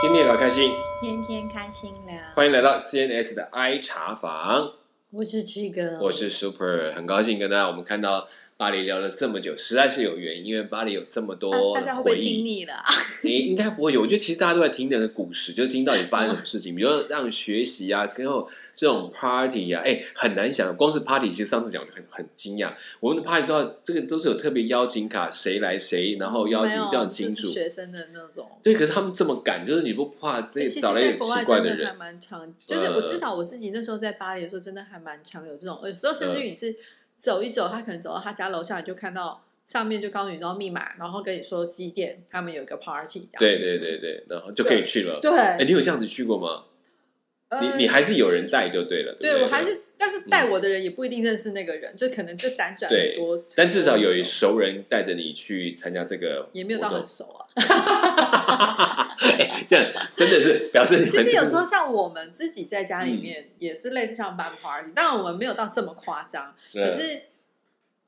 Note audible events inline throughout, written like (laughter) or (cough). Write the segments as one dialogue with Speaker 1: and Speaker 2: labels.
Speaker 1: 今天聊开心，
Speaker 2: 天天开心啊聊，
Speaker 1: 欢迎来到 CNS 的 I 茶房，
Speaker 2: 我是志哥，
Speaker 1: 我是 Super，很高兴跟大家我们看到巴黎聊了这么久，实在是有原因，因为巴黎有这么
Speaker 2: 大
Speaker 1: 多
Speaker 2: 大家会不会
Speaker 1: 回忆
Speaker 2: 听。腻了啊？
Speaker 1: 你应该不会有，我觉得其实大家都在听这个故事，就是听到底发生什么事情，比如说让学习啊，跟后这种 party 啊，哎，很难想，光是 party，其实上次讲我就很很惊讶，我们的 party 都要这个都是有特别邀请卡，谁来谁，然后邀
Speaker 2: 没
Speaker 1: 请
Speaker 2: 有，啊
Speaker 1: 一定要很清
Speaker 2: 就
Speaker 1: 楚
Speaker 2: 是。学生的那种。
Speaker 1: 对，可是他们这么赶，就是你不怕这
Speaker 2: 其实，
Speaker 1: 找来一
Speaker 2: 在
Speaker 1: 点
Speaker 2: 国
Speaker 1: 奇
Speaker 2: 外
Speaker 1: 怪
Speaker 2: 真
Speaker 1: 的
Speaker 2: 的还
Speaker 1: 人？呃
Speaker 2: 蛮常，就是我至少我自己那时候在巴黎的时候，真的还蛮常有这种，有时候
Speaker 1: 呃
Speaker 2: 甚至于你是走一走，他可能走到他家楼下，你就看到上面就告诉你到密码，然后跟你说几点他们有一个 party，这
Speaker 1: 对
Speaker 2: 样
Speaker 1: 对
Speaker 2: 子
Speaker 1: 对对，然后就可以去了。哎，
Speaker 2: 对，
Speaker 1: 你有这样子去过吗？
Speaker 2: 呃
Speaker 1: 你你还是有人带就对了，不
Speaker 2: 对我还是，但是带我的人也不一定认识那个人，就可能就辗转
Speaker 1: 对
Speaker 2: 很多，
Speaker 1: 但至少有一熟人带着你去参加这个活动，
Speaker 2: 也没有到很熟啊。
Speaker 1: 哎， (laughs) 这样真的是表示你们嗯
Speaker 2: 其实有时候像我们自己在家里面也是类似像办 party，当然我们没有到这么夸张，可
Speaker 1: 嗯
Speaker 2: 是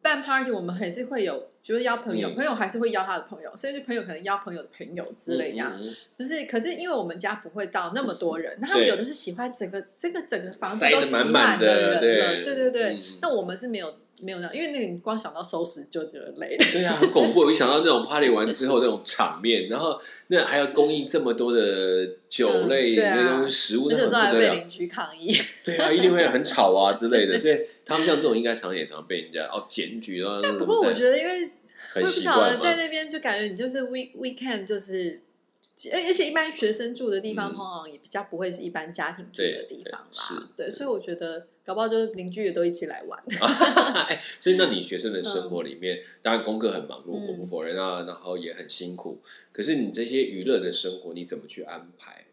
Speaker 2: 办 party 我们还是会有，就是邀朋友，
Speaker 1: 嗯
Speaker 2: 朋友还是会邀他的朋友，所以就朋友可能邀朋友的朋友之类的啊呀。
Speaker 1: 嗯嗯嗯
Speaker 2: 就是可是因为我们家不会到那么多人，那他们有的是喜欢整个这个整个房子
Speaker 1: 塞
Speaker 2: 都
Speaker 1: 得满
Speaker 2: 挤
Speaker 1: 满的
Speaker 2: 人了，
Speaker 1: 对
Speaker 2: 对对对
Speaker 1: 嗯。
Speaker 2: 那我们是没有没有那样，因为那个你光想到收拾就觉得累了。
Speaker 1: 对啊，很恐怖。我一想到那种 party 完之后那种场面，然后那还要供应这么多的酒类、
Speaker 2: 嗯对啊
Speaker 1: 那种食物，
Speaker 2: 而
Speaker 1: 那
Speaker 2: 且有
Speaker 1: 很
Speaker 2: 时候还
Speaker 1: 不得
Speaker 2: 被
Speaker 1: 了。
Speaker 2: 邻居抗议，
Speaker 1: 对啊，一定会很吵啊之
Speaker 2: (laughs)
Speaker 1: 类的。所以他们像这种应该常也常被人家哦检举啊。但
Speaker 2: (laughs) 不过我觉得因为我
Speaker 1: 很
Speaker 2: 也不
Speaker 1: 习
Speaker 2: 晓得
Speaker 1: 惯
Speaker 2: 在
Speaker 1: 嘛。
Speaker 2: 那边就感觉你就是 week weekend 就是，而而且一般学生住的地方
Speaker 1: 嗯
Speaker 2: 通常也比较不会是一般家庭住的
Speaker 1: 对
Speaker 2: 地方
Speaker 1: 对是
Speaker 2: 啦，对，所以我觉得搞不好就是邻居也都一起来玩，
Speaker 1: 哎，所以那你学生的生活里面，当然功课很忙碌，
Speaker 2: 嗯
Speaker 1: 我不否认啊，然后也很辛苦。可是你这些娱乐的生活，你怎么去安排？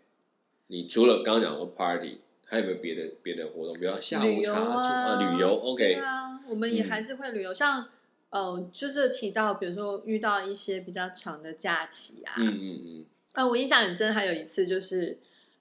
Speaker 1: 你除了刚刚讲过 party，还有没有别的别的活动？比如说下午
Speaker 2: 旅
Speaker 1: 茶
Speaker 2: 游
Speaker 1: 去啊，旅游
Speaker 2: 对
Speaker 1: OK，
Speaker 2: 啊，我们也
Speaker 1: 嗯
Speaker 2: 还是会旅游，像呃，就是提到比如说遇到一些比较长的假期啊，
Speaker 1: 嗯嗯嗯，
Speaker 2: 啊，我印象很深，还有一次就是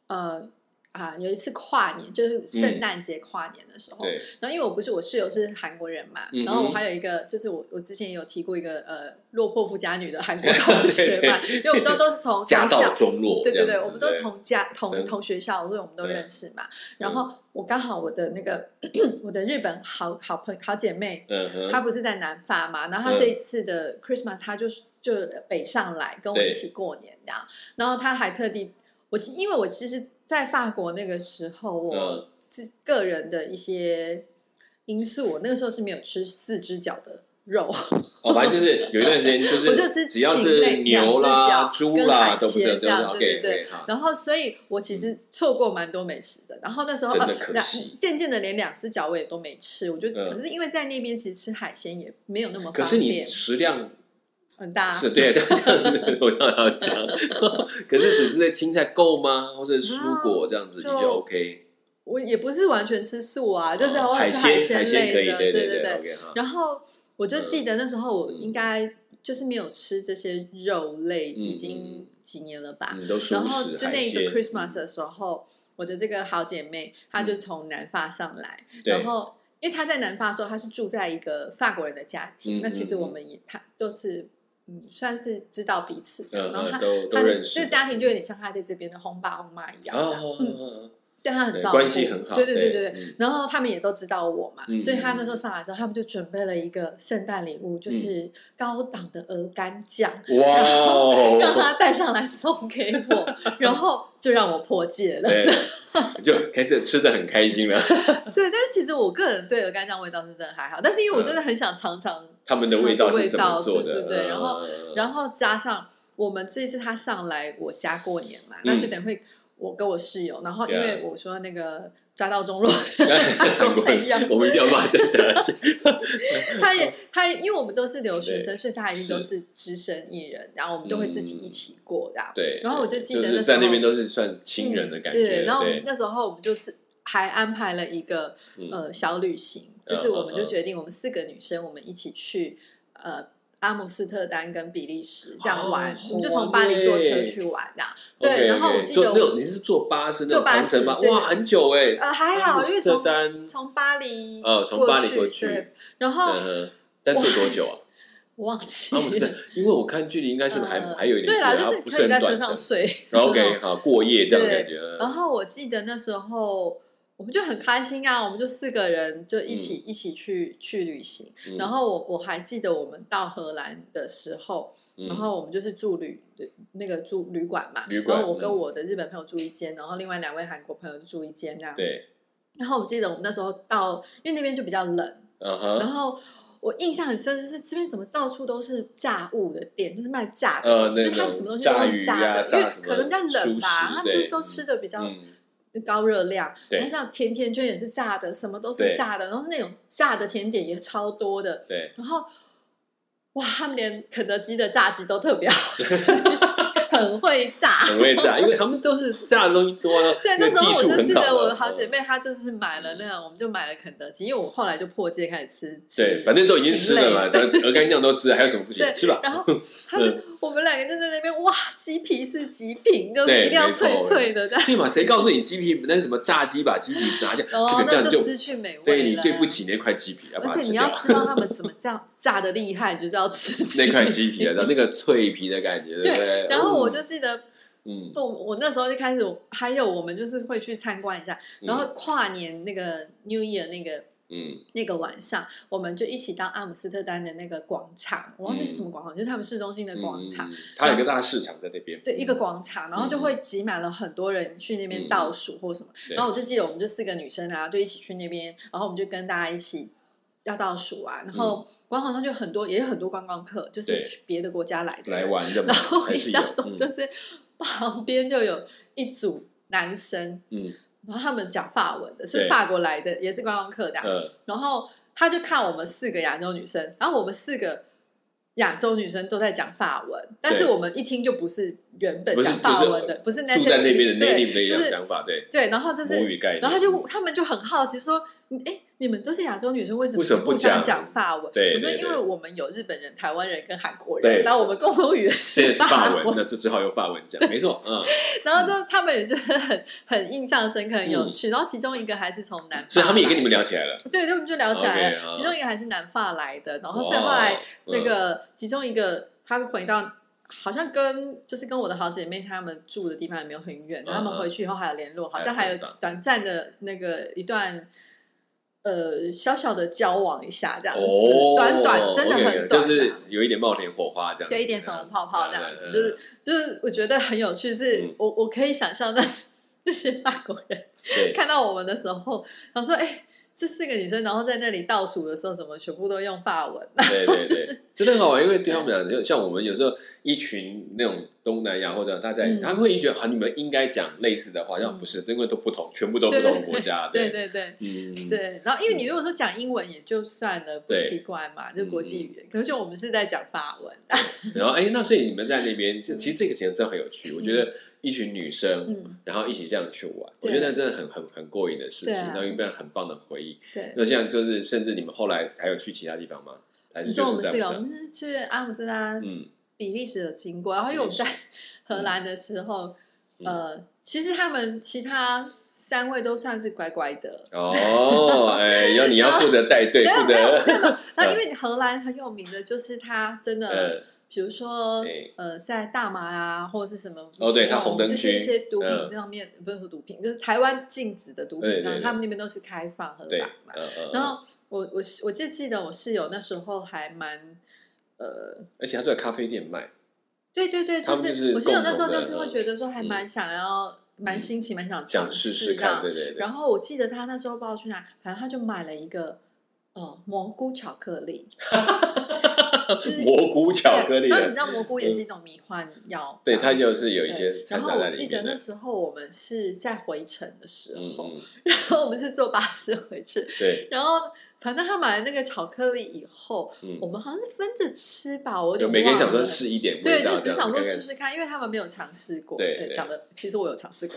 Speaker 2: 呃啊，有一次跨年，就是圣
Speaker 1: 嗯
Speaker 2: 诞节跨年的时候，
Speaker 1: 对，
Speaker 2: 然后因为我不是我室友是韩国人嘛，
Speaker 1: 嗯哼
Speaker 2: 然后我还有一个就是我我之前也有提过一个呃落魄富家女的韩
Speaker 1: (laughs)
Speaker 2: 国同学嘛，因哦为我们都都是同
Speaker 1: 家
Speaker 2: 同
Speaker 1: 道
Speaker 2: 校，
Speaker 1: 中落，
Speaker 2: 对对
Speaker 1: 这
Speaker 2: 对，
Speaker 1: 样子
Speaker 2: 我们都同家
Speaker 1: 对
Speaker 2: 同同学校，所以我们都
Speaker 1: 对嗯
Speaker 2: 认识嘛。然后我刚好我的那个 (clears throat) 我的日本好好朋好姐妹，
Speaker 1: 嗯哼，
Speaker 2: 她不是在南法嘛，然后她这一次的 Christmas 她就是就北上来跟我
Speaker 1: 对
Speaker 2: 一起过年这样，然后她还特地我其因为我其实，在法国那个时候，
Speaker 1: 嗯
Speaker 2: 我自个人的一些因素，我那个时候是没有吃四只脚的
Speaker 1: (laughs)
Speaker 2: 肉，
Speaker 1: 哦，反正就是有一段时
Speaker 2: (laughs)
Speaker 1: 间，就是
Speaker 2: 我就吃
Speaker 1: 只要
Speaker 2: 禽
Speaker 1: 是
Speaker 2: 类
Speaker 1: 牛啦、
Speaker 2: 两只脚
Speaker 1: 猪啦，
Speaker 2: 跟海
Speaker 1: 都不
Speaker 2: 鲜
Speaker 1: 得都是
Speaker 2: 这样对
Speaker 1: OK
Speaker 2: 对对
Speaker 1: OK 哈。
Speaker 2: 然后所以我其实错过蛮多美食的。然后那时候
Speaker 1: 嗯真的
Speaker 2: 呃
Speaker 1: 可
Speaker 2: 那
Speaker 1: 惜
Speaker 2: 渐渐的连两只脚我也都没吃，我就、
Speaker 1: 嗯
Speaker 2: 可是因为在那边其实吃海鲜也没有那么
Speaker 1: 可
Speaker 2: 方
Speaker 1: 是你
Speaker 2: 便，
Speaker 1: 食量
Speaker 2: 很大。啊
Speaker 1: 是对，这样子我刚刚要讲，可是只是在青菜够吗，或者蔬果这样子你就
Speaker 2: 啊就
Speaker 1: OK，
Speaker 2: 我也不是完全吃素啊，就是偶尔
Speaker 1: 哦海
Speaker 2: 吃
Speaker 1: 鲜
Speaker 2: 鲜
Speaker 1: 鲜
Speaker 2: 类
Speaker 1: 可以，
Speaker 2: 的，
Speaker 1: 对
Speaker 2: 对
Speaker 1: 对
Speaker 2: 对。
Speaker 1: ，OK 哈。
Speaker 2: 然后我就记得那时候我
Speaker 1: 嗯
Speaker 2: 应该就是没有吃这些肉类，
Speaker 1: 嗯
Speaker 2: 已
Speaker 1: 嗯
Speaker 2: 经几年了吧。
Speaker 1: 你嗯都熟
Speaker 2: 然后
Speaker 1: 食
Speaker 2: 就
Speaker 1: 海
Speaker 2: 那个
Speaker 1: 鲜嗯
Speaker 2: Christmas 的时候，我的这个好姐妹她就从南法上来，
Speaker 1: 对
Speaker 2: 然后因为她在南法的时候，她是住在一个法国人的家庭，
Speaker 1: 嗯
Speaker 2: 那其实
Speaker 1: 嗯
Speaker 2: 我们也她都是嗯算是知道彼此的，
Speaker 1: 嗯
Speaker 2: 然后
Speaker 1: 嗯，
Speaker 2: 她。
Speaker 1: 都
Speaker 2: 她
Speaker 1: 都
Speaker 2: 的
Speaker 1: 认识嗯
Speaker 2: 这个家庭就有点像她在这边的轰爸轰妈一样
Speaker 1: 哦
Speaker 2: 的，
Speaker 1: 哦，
Speaker 2: 嗯，
Speaker 1: 哦
Speaker 2: 对她很
Speaker 1: 对
Speaker 2: 照顾，
Speaker 1: 关系很好
Speaker 2: 对对对
Speaker 1: 对
Speaker 2: 对。
Speaker 1: 嗯
Speaker 2: 然后他们也都知道我嘛，
Speaker 1: 嗯
Speaker 2: 所以他那时候上来的时候，他们就准备了一个圣诞礼物，就是高档的鹅肝酱，
Speaker 1: 嗯哦哇
Speaker 2: 让
Speaker 1: 哦，
Speaker 2: 他带上来送给
Speaker 1: (laughs)
Speaker 2: 我，然后就让我破戒了。
Speaker 1: 对，就开始吃的很开心了。
Speaker 2: 对，但是其实我个人对鹅肝酱味道是真的还好，但是因为我真
Speaker 1: 嗯
Speaker 2: 的很想尝尝，
Speaker 1: 他们的味道是怎
Speaker 2: 他们
Speaker 1: 么
Speaker 2: 的
Speaker 1: 做
Speaker 2: 味道
Speaker 1: 的？
Speaker 2: 对对对然后
Speaker 1: 嗯
Speaker 2: 然后加上我们这一次他上来我家过年嘛，
Speaker 1: 嗯
Speaker 2: 那就等会我跟我室友，然后因为我说那个家道中
Speaker 1: (laughs)
Speaker 2: 落，
Speaker 1: 韩国人
Speaker 2: 一样
Speaker 1: 我们一定要把它讲
Speaker 2: (laughs)
Speaker 1: 下去。
Speaker 2: 他也他也因为我们都是留学
Speaker 1: 对
Speaker 2: 生，
Speaker 1: 嗯
Speaker 2: 所以他一定都是只身一人，然后我们都会自己一起过这样。
Speaker 1: 对，
Speaker 2: 然后我就记得
Speaker 1: 是
Speaker 2: 那时
Speaker 1: 在那
Speaker 2: 候嗯
Speaker 1: 边都是算亲人的感觉。
Speaker 2: 对，然后我们
Speaker 1: 对
Speaker 2: 那时候我们就是还安排了一个
Speaker 1: 嗯
Speaker 2: 呃小旅行，就是我们就决定我们四个女生我们一起去呃。阿姆斯特丹跟比利时这样玩，
Speaker 1: 哦
Speaker 2: 我们就从巴黎坐车去玩的。对，然后我
Speaker 1: OK，OK，
Speaker 2: 记
Speaker 1: 坐
Speaker 2: 得
Speaker 1: 那
Speaker 2: 我
Speaker 1: 种你是坐巴士那种
Speaker 2: 坐巴
Speaker 1: 长城
Speaker 2: 士
Speaker 1: 吗？
Speaker 2: 对
Speaker 1: 哇，很久哎。
Speaker 2: 呃还好，因为
Speaker 1: 车
Speaker 2: 从
Speaker 1: 单
Speaker 2: 从巴黎
Speaker 1: 呃从巴黎过去
Speaker 2: 对，然后
Speaker 1: 嗯嗯
Speaker 2: (laughs)
Speaker 1: 哼，但坐多久啊？
Speaker 2: 我忘记
Speaker 1: 阿姆斯特
Speaker 2: 了
Speaker 1: 丹。，因为我看距离应该是还
Speaker 2: 呃
Speaker 1: 还有一点
Speaker 2: 对啦，
Speaker 1: 距离
Speaker 2: 就是
Speaker 1: 它不
Speaker 2: 可以在
Speaker 1: 很
Speaker 2: 车
Speaker 1: 短
Speaker 2: 上
Speaker 1: 程
Speaker 2: 睡。
Speaker 1: 然后
Speaker 2: (laughs)
Speaker 1: OK 好过夜这样的
Speaker 2: 对
Speaker 1: 感觉。
Speaker 2: 然后我记得那时候我们就很开心啊，我们就四个人就一起、一起去去旅行。
Speaker 1: 嗯
Speaker 2: 然后我我还记得我们到荷兰的时候，
Speaker 1: 嗯
Speaker 2: 然后我们就是住旅旅那个住旅馆嘛，
Speaker 1: 旅馆
Speaker 2: 然后我跟
Speaker 1: 嗯
Speaker 2: 我的日本朋友住一间，然后另外两位韩国朋友就住一间那样。
Speaker 1: 对，
Speaker 2: 然后我记得我们那时候到，因为那边就比较冷，
Speaker 1: 嗯
Speaker 2: 然
Speaker 1: 哼，
Speaker 2: 后我印象很深，就是这边怎么到处都是炸物的店，就是卖炸的，
Speaker 1: 呃那
Speaker 2: 就是他们
Speaker 1: 种
Speaker 2: 什么东西都
Speaker 1: 炸
Speaker 2: 用
Speaker 1: 鱼
Speaker 2: 炸
Speaker 1: 啊
Speaker 2: 的，
Speaker 1: 炸
Speaker 2: 因为
Speaker 1: 什么
Speaker 2: 可能比较冷
Speaker 1: 熟
Speaker 2: 吧，
Speaker 1: 食
Speaker 2: 他们就是
Speaker 1: 对
Speaker 2: 都吃的比较
Speaker 1: 嗯，
Speaker 2: 高热量，
Speaker 1: 对
Speaker 2: 然后像甜甜圈也是炸的，什么都
Speaker 1: 对
Speaker 2: 是炸的，然后那种炸的甜点也超多的，
Speaker 1: 对，
Speaker 2: 然后哇，他们连肯德基的炸鸡都特别好
Speaker 1: (laughs)
Speaker 2: 吃，很会炸。
Speaker 1: 很会炸，因为他们都是
Speaker 2: (laughs)
Speaker 1: 炸的东西多了，
Speaker 2: 对，
Speaker 1: 那
Speaker 2: 那
Speaker 1: 个
Speaker 2: 时
Speaker 1: 技
Speaker 2: 候
Speaker 1: 术
Speaker 2: 我就
Speaker 1: 很嗯
Speaker 2: 记
Speaker 1: 好啊
Speaker 2: 得我
Speaker 1: 了
Speaker 2: 的好姐妹，她就是买了那样，我们就买了肯德基，因为我后来就破戒开始吃。
Speaker 1: 对，
Speaker 2: 鸡
Speaker 1: 反正都已经吃了嘛，
Speaker 2: 禽类
Speaker 1: 但是鹅肝酱都吃了，还有什么不行
Speaker 2: 对，？
Speaker 1: 吃吧。 (laughs) 嗯
Speaker 2: 然后他就我们两个就在那边哇，鸡皮是极品，就是
Speaker 1: 对
Speaker 2: 一定要
Speaker 1: 没错
Speaker 2: 脆脆的这样。
Speaker 1: 对嘛？谁告诉你鸡皮那什么炸鸡把鸡皮拿下，
Speaker 2: 然
Speaker 1: 这
Speaker 2: 后
Speaker 1: 个这
Speaker 2: 哦那
Speaker 1: 样
Speaker 2: 就失去美味
Speaker 1: 对你
Speaker 2: 了
Speaker 1: 对不。起那块鸡皮，要把
Speaker 2: 而
Speaker 1: 它
Speaker 2: 且
Speaker 1: 吃
Speaker 2: 你
Speaker 1: 掉
Speaker 2: 要。吃到他们怎么 (laughs) 这样炸的厉害，就是要吃
Speaker 1: 那块鸡
Speaker 2: (laughs)
Speaker 1: 皮啊，然后那个脆皮的感觉，对不对？
Speaker 2: 然后我
Speaker 1: 嗯
Speaker 2: 就记得，
Speaker 1: 嗯，
Speaker 2: 我我那时候就开始，还有我们就是会去参观一下，然后跨年那个 New Year 那个
Speaker 1: 嗯
Speaker 2: 那个晚上，我们就一起到阿姆斯特丹的那个广场，我忘记是什么广场，就是他们市中心的
Speaker 1: 嗯
Speaker 2: 广场，
Speaker 1: 嗯嗯它有一个大市场在那边，
Speaker 2: 对，一个广场，然后就会挤满了很多人去那边倒数或什么。
Speaker 1: 嗯对
Speaker 2: 然后我就记得我们就四个女生啊，就一起去那边，然后我们就跟大家一起要倒数啊。然后广场上就很多，也有很多观光客，就
Speaker 1: 嗯对
Speaker 2: 是去别的国家来的。
Speaker 1: 来。玩的嘛，
Speaker 2: 然后
Speaker 1: 还
Speaker 2: 你
Speaker 1: 是
Speaker 2: 想
Speaker 1: 有嗯
Speaker 2: 什么？就是旁边就有一组男生，
Speaker 1: 嗯
Speaker 2: 然后他们讲法文的，是
Speaker 1: 对
Speaker 2: 法国来的，也是观光客的啊。
Speaker 1: 嗯
Speaker 2: (laughs) 然后他就看我们四个亚洲女生，然后我们四个亚洲女生都在讲法文，但是我们一听就不是原本
Speaker 1: 不是
Speaker 2: 讲法文的，不是
Speaker 1: 呃，住在那边的 native
Speaker 2: native
Speaker 1: 的
Speaker 2: 对，
Speaker 1: 一
Speaker 2: 就
Speaker 1: 种
Speaker 2: 是
Speaker 1: 想法，对，
Speaker 2: 对，然后就
Speaker 1: 母
Speaker 2: 是，
Speaker 1: 语概念，嗯
Speaker 2: 然后他就他们就很好奇说，你哎，你们都是亚洲女生，为什
Speaker 1: 为什么不
Speaker 2: 不想
Speaker 1: 讲
Speaker 2: 讲法文？
Speaker 1: 对
Speaker 2: 我说
Speaker 1: 对对
Speaker 2: 因为我们有日本人、台湾人跟韩国
Speaker 1: 对
Speaker 2: 人，然后我们共同语言
Speaker 1: 这也
Speaker 2: (laughs) 是
Speaker 1: 是法文，
Speaker 2: 文，
Speaker 1: 那就只好用法文讲，没错，嗯，
Speaker 2: 然后就他们也就是很很印象深刻、很有
Speaker 1: 嗯
Speaker 2: 趣，然后其中一个还是从南，
Speaker 1: 所以他们也
Speaker 2: 跟
Speaker 1: 跟你们聊起来了。
Speaker 2: 对，就我们就聊起来了。
Speaker 1: OK，啊
Speaker 2: 其中一个还是南法来的， (laughs) 然后所以
Speaker 1: 哇
Speaker 2: 后来
Speaker 1: 嗯
Speaker 2: 那个其中一个他回到，好像跟就是跟我的好姐妹她们住的地方也没有很远，
Speaker 1: 嗯
Speaker 2: 他们回去以后还有联络，好像
Speaker 1: 还
Speaker 2: 还
Speaker 1: 有
Speaker 2: 有
Speaker 1: 碰到
Speaker 2: 短暂的那个一段。呃，小小的交往一下这样子，
Speaker 1: 哦，
Speaker 2: 短短真的
Speaker 1: OK，
Speaker 2: 很短、啊，
Speaker 1: 就是有一点冒点火花这样子，
Speaker 2: 就一点粉红泡泡这样子，
Speaker 1: 嗯
Speaker 2: 就是就是我觉得很有趣，是、
Speaker 1: 嗯
Speaker 2: 我我可以想象那 (laughs) 那些法国人
Speaker 1: 对
Speaker 2: 看到我们的时候，然后说：“哎、这四个女生，然后在那里倒数的时候，怎么全部都用法文？啊
Speaker 1: 对对对，真的很好玩，因为对他们来讲，像我们有时候一群那种东南亚或者他在，
Speaker 2: 嗯
Speaker 1: 他们会觉得啊，你们应该讲类似的话，像不是，因为都不同，全部都不
Speaker 2: 对对
Speaker 1: 同国家，
Speaker 2: 对对对
Speaker 1: 嗯，
Speaker 2: 对。然后，因为你如果说讲英文也就算了，不
Speaker 1: 对嗯
Speaker 2: 奇怪嘛，就国际语言。可是我们是在讲法文，
Speaker 1: 然后哎，那所以你们在那边，就其实这个行程真的很有趣，我觉得一群女生。
Speaker 2: 嗯，
Speaker 1: 然后一起这样去玩，我
Speaker 2: 对
Speaker 1: 觉得那真的很很很过瘾的事情，
Speaker 2: 对啊
Speaker 1: 然后一段很棒的回忆。
Speaker 2: 对。
Speaker 1: 那像就是，甚至你们后来还有去其他地方吗？还是
Speaker 2: 你
Speaker 1: 就
Speaker 2: 说我
Speaker 1: 是
Speaker 2: 们
Speaker 1: 在
Speaker 2: 四个，
Speaker 1: 那
Speaker 2: 我们是去阿姆斯特丹、
Speaker 1: 嗯，
Speaker 2: 比利时的经过，然后因为我们在荷兰的时候，
Speaker 1: 嗯
Speaker 2: 呃，其实他们其他三位都算是乖乖的，
Speaker 1: 哦，哎，要你要负责带队，
Speaker 2: (laughs) 没有
Speaker 1: 负
Speaker 2: 没有没
Speaker 1: (laughs) 责，
Speaker 2: 有。那因为荷兰很有名的就是它真的
Speaker 1: 嗯呃，
Speaker 2: 比如说
Speaker 1: 对，
Speaker 2: 呃，在大麻啊，或者是什么
Speaker 1: 哦对它
Speaker 2: 那种
Speaker 1: 红灯
Speaker 2: 这
Speaker 1: 区
Speaker 2: 些一些毒品
Speaker 1: 嗯
Speaker 2: 这上面，不是说毒品，就是台湾禁止的毒品
Speaker 1: 对
Speaker 2: 这样，然
Speaker 1: 对
Speaker 2: 后他们那边都是开放合
Speaker 1: 对，
Speaker 2: 法嘛。
Speaker 1: 嗯嗯
Speaker 2: 然
Speaker 1: 嗯
Speaker 2: 后我我我就记得我室友那时候还蛮呃，
Speaker 1: 而且他在咖啡店卖，
Speaker 2: 对对对，
Speaker 1: 他
Speaker 2: 就
Speaker 1: 们
Speaker 2: 是
Speaker 1: 就是
Speaker 2: 我室友那时候
Speaker 1: 共同
Speaker 2: 就
Speaker 1: 的嗯
Speaker 2: 是会觉得说还蛮想要，蛮新奇，蛮想
Speaker 1: 想
Speaker 2: 尝
Speaker 1: 试试
Speaker 2: 这样
Speaker 1: 看，。对对对，
Speaker 2: 啊然后我记得他那时候不知道去哪，反正他就买了一个呃蘑菇巧克
Speaker 1: (laughs)
Speaker 2: 力，就是
Speaker 1: 蘑菇 (laughs) 巧克力
Speaker 2: 对然
Speaker 1: 的嗯
Speaker 2: 后你知，道蘑菇也是一种迷幻药，
Speaker 1: 对，
Speaker 2: 这样
Speaker 1: 它
Speaker 2: 子
Speaker 1: 就是有一些
Speaker 2: 对然
Speaker 1: 掺
Speaker 2: 后
Speaker 1: 杂
Speaker 2: 我
Speaker 1: 在
Speaker 2: 记
Speaker 1: 里
Speaker 2: 得
Speaker 1: 面
Speaker 2: 那
Speaker 1: 的。
Speaker 2: 时候我们是在回程的时
Speaker 1: 嗯
Speaker 2: 候，
Speaker 1: 嗯，
Speaker 2: 然 (laughs) 后我们是坐巴士回去，
Speaker 1: 对，
Speaker 2: 然后反正他买了那个巧克力以后，
Speaker 1: 嗯
Speaker 2: 我们好像是分着吃吧，我有
Speaker 1: 有
Speaker 2: 点
Speaker 1: 每个人
Speaker 2: 忘
Speaker 1: 想说
Speaker 2: 了
Speaker 1: 试一点
Speaker 2: 对，
Speaker 1: 味
Speaker 2: 就
Speaker 1: 道，
Speaker 2: 只
Speaker 1: 这样
Speaker 2: 是想
Speaker 1: 看
Speaker 2: 说
Speaker 1: 看
Speaker 2: 试。试看，因为他们没有尝试过。
Speaker 1: 对对
Speaker 2: 讲的其实我有尝试过，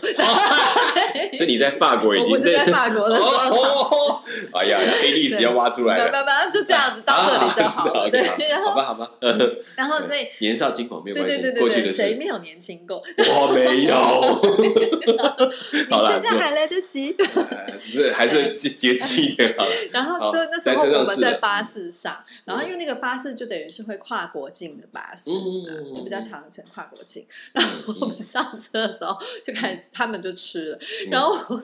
Speaker 1: 所以你在法国已
Speaker 2: 我
Speaker 1: 经
Speaker 2: 我是在法国
Speaker 1: 哦
Speaker 2: 的时候 (laughs) 尝试
Speaker 1: 哦，哦哎呀，A 历史要挖出来
Speaker 2: 没有
Speaker 1: 了，
Speaker 2: 没有没有，就这样子到这里就好
Speaker 1: 啊 (laughs)
Speaker 2: 了。对，然
Speaker 1: 好
Speaker 2: 后
Speaker 1: 吧好吧，
Speaker 2: 然后所以
Speaker 1: 年少轻狂没有
Speaker 2: 对
Speaker 1: 关
Speaker 2: 对
Speaker 1: 系
Speaker 2: 对，
Speaker 1: 过
Speaker 2: 对
Speaker 1: 去的
Speaker 2: 对，谁
Speaker 1: 事
Speaker 2: 没有年轻过？
Speaker 1: 我没
Speaker 2: (laughs)
Speaker 1: 有，
Speaker 2: 你
Speaker 1: (laughs) 好啦
Speaker 2: 现在还来得及。
Speaker 1: 这还是节节制一点好了。
Speaker 2: 然后所以那时
Speaker 1: 哦在车
Speaker 2: 候我
Speaker 1: 上
Speaker 2: 们
Speaker 1: 试
Speaker 2: 在
Speaker 1: 的，
Speaker 2: 巴士上，然后因为那个巴士就等于是会跨国境的巴士，
Speaker 1: 嗯嗯嗯嗯
Speaker 2: 就比较长程跨国境。然后我们上车的时候就看他们就吃了，然后我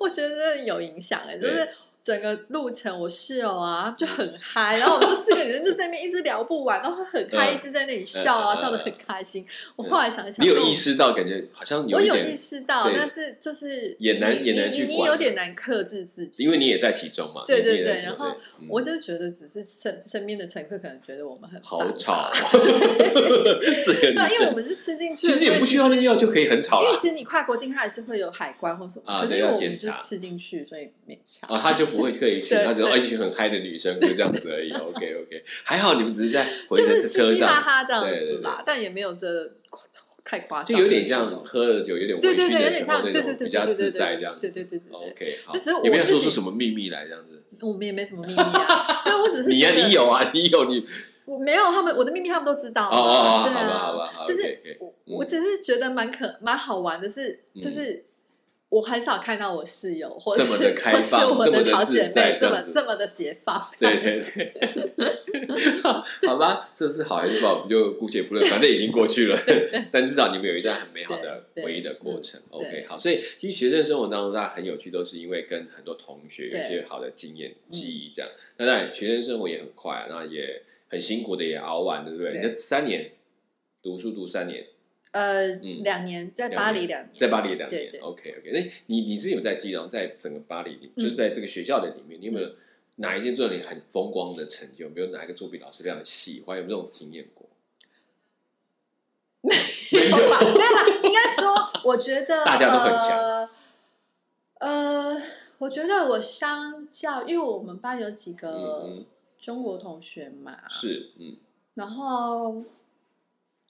Speaker 2: 我觉得真的有影响哎、就是
Speaker 1: 嗯对。嗯
Speaker 2: 整个路程，我室友啊他们就很嗨，然后我们就四个人就在那边一直聊不完，然后很嗨，
Speaker 1: 嗯
Speaker 2: 一直在那里笑啊，
Speaker 1: 嗯嗯嗯
Speaker 2: 笑得很开心。我后来想一想，
Speaker 1: 你有
Speaker 2: 那我
Speaker 1: 意识到，感觉好像
Speaker 2: 我
Speaker 1: 一
Speaker 2: 有意
Speaker 1: 点，
Speaker 2: 识到，
Speaker 1: 对
Speaker 2: 但是就是
Speaker 1: 也难
Speaker 2: 你
Speaker 1: 也难
Speaker 2: 你
Speaker 1: 去
Speaker 2: 你
Speaker 1: 管
Speaker 2: 有点难克制自己，
Speaker 1: 因为你也在其中嘛。
Speaker 2: 对对
Speaker 1: 你也在
Speaker 2: 对
Speaker 1: 其中
Speaker 2: 然后
Speaker 1: 对嗯
Speaker 2: 我就是觉得只是身身边的乘客可能觉得我们很烦
Speaker 1: 好
Speaker 2: 吧
Speaker 1: 吵， (laughs) 这个女
Speaker 2: 对，因为我
Speaker 1: 生
Speaker 2: 们是吃进去
Speaker 1: 其
Speaker 2: 的，
Speaker 1: 实也不需要
Speaker 2: 所
Speaker 1: 那
Speaker 2: 以
Speaker 1: 个药就可以很吵啊
Speaker 2: 其实因为
Speaker 1: 了
Speaker 2: 其实你跨国境，它还是会有海关或什么，
Speaker 1: 啊
Speaker 2: 可是
Speaker 1: 对
Speaker 2: 因为
Speaker 1: 要
Speaker 2: 我们
Speaker 1: 检
Speaker 2: 就是
Speaker 1: 查
Speaker 2: 吃进去，所以没差。
Speaker 1: 啊，他就不会刻意去，
Speaker 2: 对
Speaker 1: 他只
Speaker 2: 对
Speaker 1: 是一群很嗨的女生，就这样子而已。OK OK，还好你们只是在回
Speaker 2: 就
Speaker 1: 的
Speaker 2: 是嘻
Speaker 1: 车
Speaker 2: 嘻哈
Speaker 1: 上，
Speaker 2: 哈这样
Speaker 1: 对对
Speaker 2: 子
Speaker 1: 对
Speaker 2: 吧，但也没有这太夸张，
Speaker 1: 就有点像喝了酒有点
Speaker 2: 对
Speaker 1: 微
Speaker 2: 对
Speaker 1: 醺
Speaker 2: 对，有
Speaker 1: 的
Speaker 2: 点
Speaker 1: 时
Speaker 2: 像
Speaker 1: 候那
Speaker 2: 对对对
Speaker 1: 种
Speaker 2: 对
Speaker 1: 比
Speaker 2: 对
Speaker 1: 较
Speaker 2: 对
Speaker 1: 自
Speaker 2: 对
Speaker 1: 在这样子。哦
Speaker 2: 对对对对对，
Speaker 1: OK，好
Speaker 2: 这只是，我
Speaker 1: 也没有说
Speaker 2: 自
Speaker 1: 出
Speaker 2: 己
Speaker 1: 什么秘密来这样子。
Speaker 2: 我们也没什么秘
Speaker 1: (laughs)
Speaker 2: 密啊，对我只是
Speaker 1: 你呀，
Speaker 2: 觉得
Speaker 1: 你有啊，你有
Speaker 2: (laughs)
Speaker 1: 你
Speaker 2: 我没有，他们我的秘密他们都知道
Speaker 1: 哦
Speaker 2: 啊。
Speaker 1: 哦哦，
Speaker 2: 对
Speaker 1: 好吧
Speaker 2: 啊，
Speaker 1: 好吧，好
Speaker 2: 就是
Speaker 1: OK，OK
Speaker 2: 我
Speaker 1: 嗯
Speaker 2: 我只是觉得蛮可蛮好玩的是，
Speaker 1: 嗯
Speaker 2: 就是我很少看到我室友或
Speaker 1: 这
Speaker 2: 是
Speaker 1: 么的开
Speaker 2: 或是
Speaker 1: 放
Speaker 2: 我
Speaker 1: 这么
Speaker 2: 的
Speaker 1: 的
Speaker 2: 好
Speaker 1: 自
Speaker 2: 姐
Speaker 1: 在
Speaker 2: 妹
Speaker 1: 这样
Speaker 2: 这么
Speaker 1: 子
Speaker 2: 这么的解放。
Speaker 1: 对对对，
Speaker 2: (laughs)
Speaker 1: 好吧，这是好还是不好，我们就姑且不论，反正已经过
Speaker 2: (laughs)
Speaker 1: 去了。但至少你们有一段很美好的
Speaker 2: 对对
Speaker 1: 回忆的过程。
Speaker 2: 嗯
Speaker 1: OK，
Speaker 2: 对
Speaker 1: 好，所以其实学生生活当中，大家很有趣，都是因为跟很多同学有
Speaker 2: 对嗯
Speaker 1: 一些好的经验、记忆这样。那当然，学生生活也很快、啊，那也很辛苦的，也熬完，对不对？
Speaker 2: 对
Speaker 1: 你这三年读书读三年，
Speaker 2: (laughs) 呃，
Speaker 1: 嗯
Speaker 2: 两年在
Speaker 1: 两
Speaker 2: 巴黎
Speaker 1: 年
Speaker 2: 两年，
Speaker 1: 在巴黎两年
Speaker 2: 对对
Speaker 1: OK OK，那你你是有在机场，在整个巴黎，你
Speaker 2: 嗯
Speaker 1: 就是在这个学校的里面，你有没有哪一件作品很风光的成就？有没有哪一个作品老师非常喜欢？有没有这种经验过？
Speaker 2: 没 (laughs) 有吧？哦没有吧？应该说，我觉
Speaker 1: (laughs)
Speaker 2: 得
Speaker 1: 大家都很强
Speaker 2: 呃。呃，我觉得我相较，因为我们班有几个
Speaker 1: 嗯，嗯
Speaker 2: 中国同学嘛，
Speaker 1: 是，嗯
Speaker 2: 然后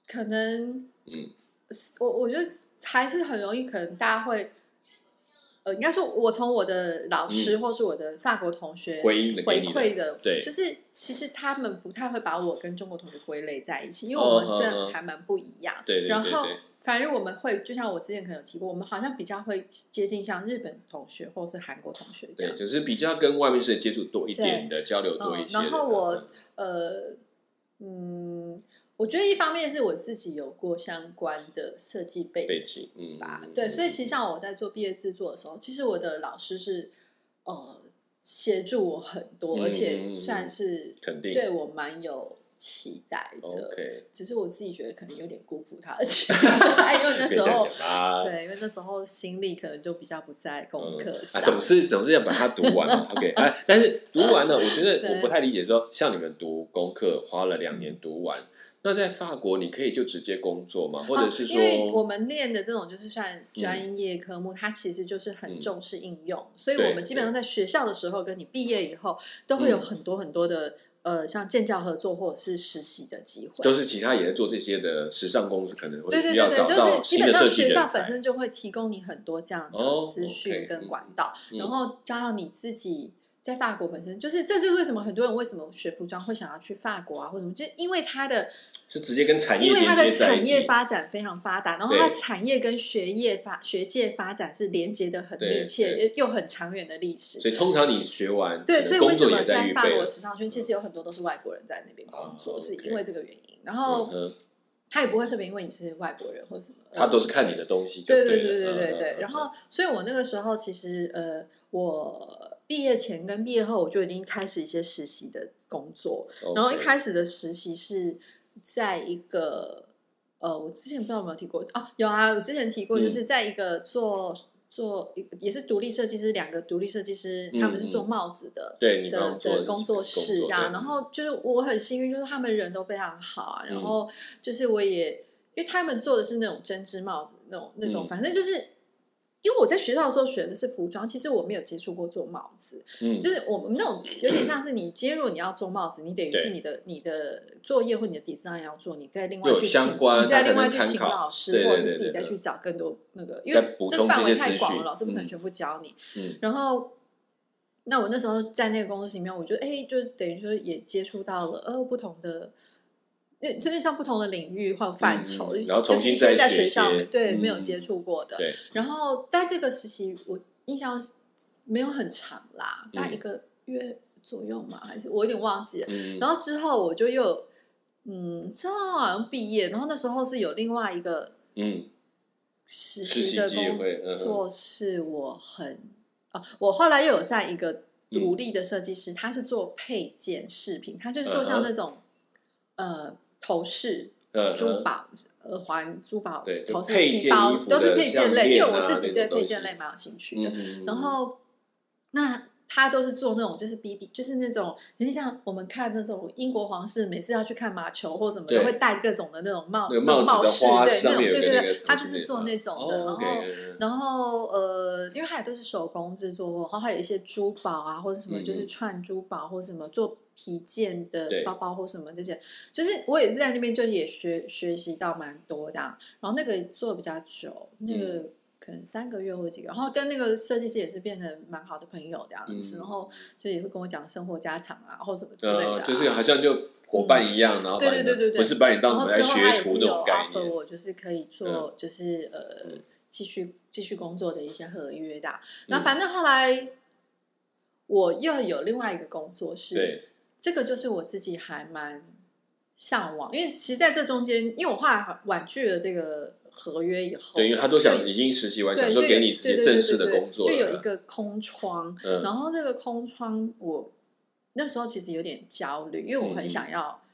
Speaker 2: 可能
Speaker 1: 嗯
Speaker 2: 我我觉得还是很容易，可能大家会，呃，应该说，我从我的老师或是我的法国同学
Speaker 1: 嗯回应的给
Speaker 2: 回
Speaker 1: 你的
Speaker 2: 馈的，
Speaker 1: 对
Speaker 2: 就是其实他们不太会把我跟中国同学归类在一起，因为我
Speaker 1: 哦
Speaker 2: 们
Speaker 1: 哦哦
Speaker 2: 这还蛮不一样。
Speaker 1: 对对对
Speaker 2: 然后
Speaker 1: 对，
Speaker 2: 反正我们会，就像我之前可能有提过，我们好像比较会接近像日本同学或是韩国同学这
Speaker 1: 对，
Speaker 2: 样。
Speaker 1: 就是比较跟外面世界接触多一点的，交流多一些的。
Speaker 2: 嗯然后我呃，嗯，我觉得一方面是我自己有过相关的设计
Speaker 1: 背景，嗯，
Speaker 2: 吧
Speaker 1: 嗯。
Speaker 2: 对，所以其实像我在做毕业制作的时候，其实我的老师是呃协助我很
Speaker 1: 嗯
Speaker 2: 多，而且
Speaker 1: 嗯
Speaker 2: 算是
Speaker 1: 肯定
Speaker 2: 对我蛮有期待的。
Speaker 1: OK，
Speaker 2: 只是我自己觉得可能有点辜负他的期待， (laughs) 因为那
Speaker 1: 可以
Speaker 2: 时
Speaker 1: 这样
Speaker 2: 候
Speaker 1: 讲啊吧。
Speaker 2: 对，因为那时候心力可能就比较不在功课
Speaker 1: 嗯
Speaker 2: 上
Speaker 1: 啊，。总是总是要把它读完嘛。OK，哎、但是读完了，我觉得
Speaker 2: 对
Speaker 1: 我不太理解说，像你们读功课花了两年读完，那在法国你可以就直接工作吗？或者是说，嗯
Speaker 2: 啊因为我们练的这种就是算专业科目，它其实就是很重视应用，所以我们基本上在学校的时候跟你毕业以后都会有
Speaker 1: 嗯
Speaker 2: 很多很多的、呃，像建教合作或者是实习的机会。
Speaker 1: 就是其他也在做这些的时尚公司，可能会
Speaker 2: 对对
Speaker 1: 需
Speaker 2: 对
Speaker 1: 要
Speaker 2: 对，
Speaker 1: 找
Speaker 2: 就是
Speaker 1: 到
Speaker 2: 基
Speaker 1: 新
Speaker 2: 本
Speaker 1: 的
Speaker 2: 上
Speaker 1: 设计
Speaker 2: 学
Speaker 1: 人
Speaker 2: 校本
Speaker 1: 才。
Speaker 2: 身就会提供你很多这样的
Speaker 1: 哦
Speaker 2: 资讯
Speaker 1: OK，
Speaker 2: 跟
Speaker 1: 嗯
Speaker 2: 管道，
Speaker 1: 嗯
Speaker 2: 然后加上你自己在法国本身，就是这就是为什么很多人为什么学服装会想要去法国啊，或者什么，就是因为它的
Speaker 1: 是直接跟产业
Speaker 2: 因为它
Speaker 1: 连
Speaker 2: 的
Speaker 1: 接在一
Speaker 2: 产业
Speaker 1: 起。
Speaker 2: 发展非常发达，然后
Speaker 1: 对
Speaker 2: 它的产业跟学业发学界发展是连接的很密
Speaker 1: 对
Speaker 2: 切，又很长远的历史。
Speaker 1: 所以通常你学完，
Speaker 2: 对，
Speaker 1: 可能
Speaker 2: 所以为
Speaker 1: 工
Speaker 2: 什
Speaker 1: 作
Speaker 2: 么
Speaker 1: 也在
Speaker 2: 在
Speaker 1: 预
Speaker 2: 法
Speaker 1: 备
Speaker 2: 国
Speaker 1: 了。
Speaker 2: 时尚圈其实有很多都是外国人在那边工
Speaker 1: 啊
Speaker 2: 作，是
Speaker 1: ，OK
Speaker 2: 因为这个原因。然
Speaker 1: 嗯
Speaker 2: 后
Speaker 1: 哼，
Speaker 2: 他也不会特别因为你是外国人或什么，嗯
Speaker 1: 他都是看你的东西就
Speaker 2: 对
Speaker 1: 对
Speaker 2: 对对对
Speaker 1: 了
Speaker 2: 对
Speaker 1: 嗯
Speaker 2: 对
Speaker 1: 嗯。嗯
Speaker 2: 然后，所以我那个时候其实呃，我毕业前跟毕业后我就已经开始一些实习的工作，
Speaker 1: OK
Speaker 2: 然后一开始的实习是在一个呃，我之前不知道有没有提过哦，有啊，我之前提过，
Speaker 1: 嗯
Speaker 2: 就是在一个做做一个也是独立设计师，两个独立设计师，
Speaker 1: 嗯
Speaker 2: 他们是做
Speaker 1: 嗯
Speaker 2: 帽子的。
Speaker 1: 对你帮我
Speaker 2: 的
Speaker 1: 做
Speaker 2: 的工作室啊，
Speaker 1: 对嗯
Speaker 2: 然后就是我很幸运，就是他们人都非常好啊，然后就是我也，因为他们做的是那种针织帽子，那种那种，
Speaker 1: 嗯
Speaker 2: 反正就是。因为我在学校的时候学的是服装，其实我没有接触过做帽子，
Speaker 1: 嗯，
Speaker 2: 就是我们那种有点像是你接入你要做帽子，你等于
Speaker 1: 对
Speaker 2: 是你的你的作业或你的 design 要做，你再另外
Speaker 1: 有
Speaker 2: 去
Speaker 1: 相
Speaker 2: 请
Speaker 1: 关
Speaker 2: 你
Speaker 1: 他
Speaker 2: 再
Speaker 1: 才
Speaker 2: 另外
Speaker 1: 能
Speaker 2: 去
Speaker 1: 参
Speaker 2: 请
Speaker 1: 考
Speaker 2: 老师，
Speaker 1: 对对
Speaker 2: 或者
Speaker 1: 对
Speaker 2: 是自己
Speaker 1: 对
Speaker 2: 再
Speaker 1: 对
Speaker 2: 去找更多那个，因
Speaker 1: 再
Speaker 2: 为
Speaker 1: 补
Speaker 2: 那
Speaker 1: 充
Speaker 2: 范
Speaker 1: 这
Speaker 2: 围
Speaker 1: 些
Speaker 2: 太
Speaker 1: 资
Speaker 2: 广
Speaker 1: 讯
Speaker 2: 了，老师不可能
Speaker 1: 嗯
Speaker 2: 全部教你。
Speaker 1: 嗯
Speaker 2: 然后，那我那时候在那个公司里面，我觉得哎，就是等于说也接触到了呃不同的，那就是像不同的领域或范畴，
Speaker 1: 嗯嗯
Speaker 2: 就是
Speaker 1: 然后重
Speaker 2: 就是
Speaker 1: 新
Speaker 2: 一些
Speaker 1: 再
Speaker 2: 在
Speaker 1: 学
Speaker 2: 学
Speaker 1: 一
Speaker 2: 校
Speaker 1: 些
Speaker 2: 对、没有
Speaker 1: 嗯
Speaker 2: 接触过的。
Speaker 1: 对
Speaker 2: 然后在这个实习，我印象是没有很长啦，大概一个月左右嘛，还是我有点忘记了。
Speaker 1: 嗯，
Speaker 2: 然后之后我就又，嗯，之后好像毕业，然后那时候是有另外一个
Speaker 1: 嗯，
Speaker 2: 实
Speaker 1: 实习
Speaker 2: 习的
Speaker 1: 机会嗯
Speaker 2: 工作，是我很啊，我后来又有在一个
Speaker 1: 嗯
Speaker 2: 独立的设计师，他是做配件饰品，他就是做像那种呃头饰、
Speaker 1: 嗯
Speaker 2: 珠，宝、耳环、珠宝
Speaker 1: 对、就
Speaker 2: 头饰、
Speaker 1: 配件
Speaker 2: 皮包
Speaker 1: 衣，服的
Speaker 2: 都是配件类，因为
Speaker 1: 项链啊
Speaker 2: 我自己对
Speaker 1: 那种东西
Speaker 2: 配件类蛮有兴趣的
Speaker 1: 嗯。嗯，
Speaker 2: 然后那他都是做那种就是 BB，就是那种有点像我们看那种英国皇室，每次要去看马球或什么的，
Speaker 1: 对
Speaker 2: 会戴各种的那种帽
Speaker 1: 那个帽子的
Speaker 2: 饰，
Speaker 1: 花
Speaker 2: 对那
Speaker 1: 上
Speaker 2: 种
Speaker 1: 面有
Speaker 2: 对对
Speaker 1: 个那个
Speaker 2: 对
Speaker 1: 东，
Speaker 2: 他就
Speaker 1: 西
Speaker 2: 是做那种的，
Speaker 1: 哦
Speaker 2: 然后。
Speaker 1: ，OK，
Speaker 2: 然后呃，因为他也都是手工制作过，然后还有一些珠宝啊，或者什么，
Speaker 1: 嗯
Speaker 2: 就是串珠宝或什么做皮件的
Speaker 1: 对
Speaker 2: 包包或什么这些，就是我也是在那边就也学学习到蛮多的啊、然后那个做比较久，
Speaker 1: 嗯
Speaker 2: 那个可能三个月或几个，然后跟那个设计师也是变成蛮好的朋友这样
Speaker 1: 嗯
Speaker 2: 子，然后就也会跟我讲生活家常啊或什么之类的啊、嗯
Speaker 1: 呃，就是好像就伙伴一样，然后把你
Speaker 2: 对对对对对
Speaker 1: 不是把你当
Speaker 2: 然后
Speaker 1: 成
Speaker 2: 之
Speaker 1: 在
Speaker 2: 后
Speaker 1: 学
Speaker 2: 他也
Speaker 1: 徒
Speaker 2: 是
Speaker 1: 那
Speaker 2: 有
Speaker 1: 种概
Speaker 2: offer
Speaker 1: 念，嗯
Speaker 2: 我，就是可以做，就是呃，继续继续工作的一些合约的啊。那
Speaker 1: 嗯
Speaker 2: 反正后来我又有另外一个工作室，
Speaker 1: 对，
Speaker 2: 这个就是我自己还蛮向往，因为其实在这中间，因为我后来婉拒了这个合约以后，
Speaker 1: 对，因为他都想
Speaker 2: 就
Speaker 1: 已经实习完，想
Speaker 2: 对，
Speaker 1: 说
Speaker 2: 就
Speaker 1: 给
Speaker 2: 有
Speaker 1: 你直接
Speaker 2: 对对
Speaker 1: 正
Speaker 2: 对
Speaker 1: 式的
Speaker 2: 对对
Speaker 1: 工作了，
Speaker 2: 就有一个空窗，
Speaker 1: 嗯
Speaker 2: 然后那个空窗我那时候其实有点焦虑，因为我很想要
Speaker 1: 嗯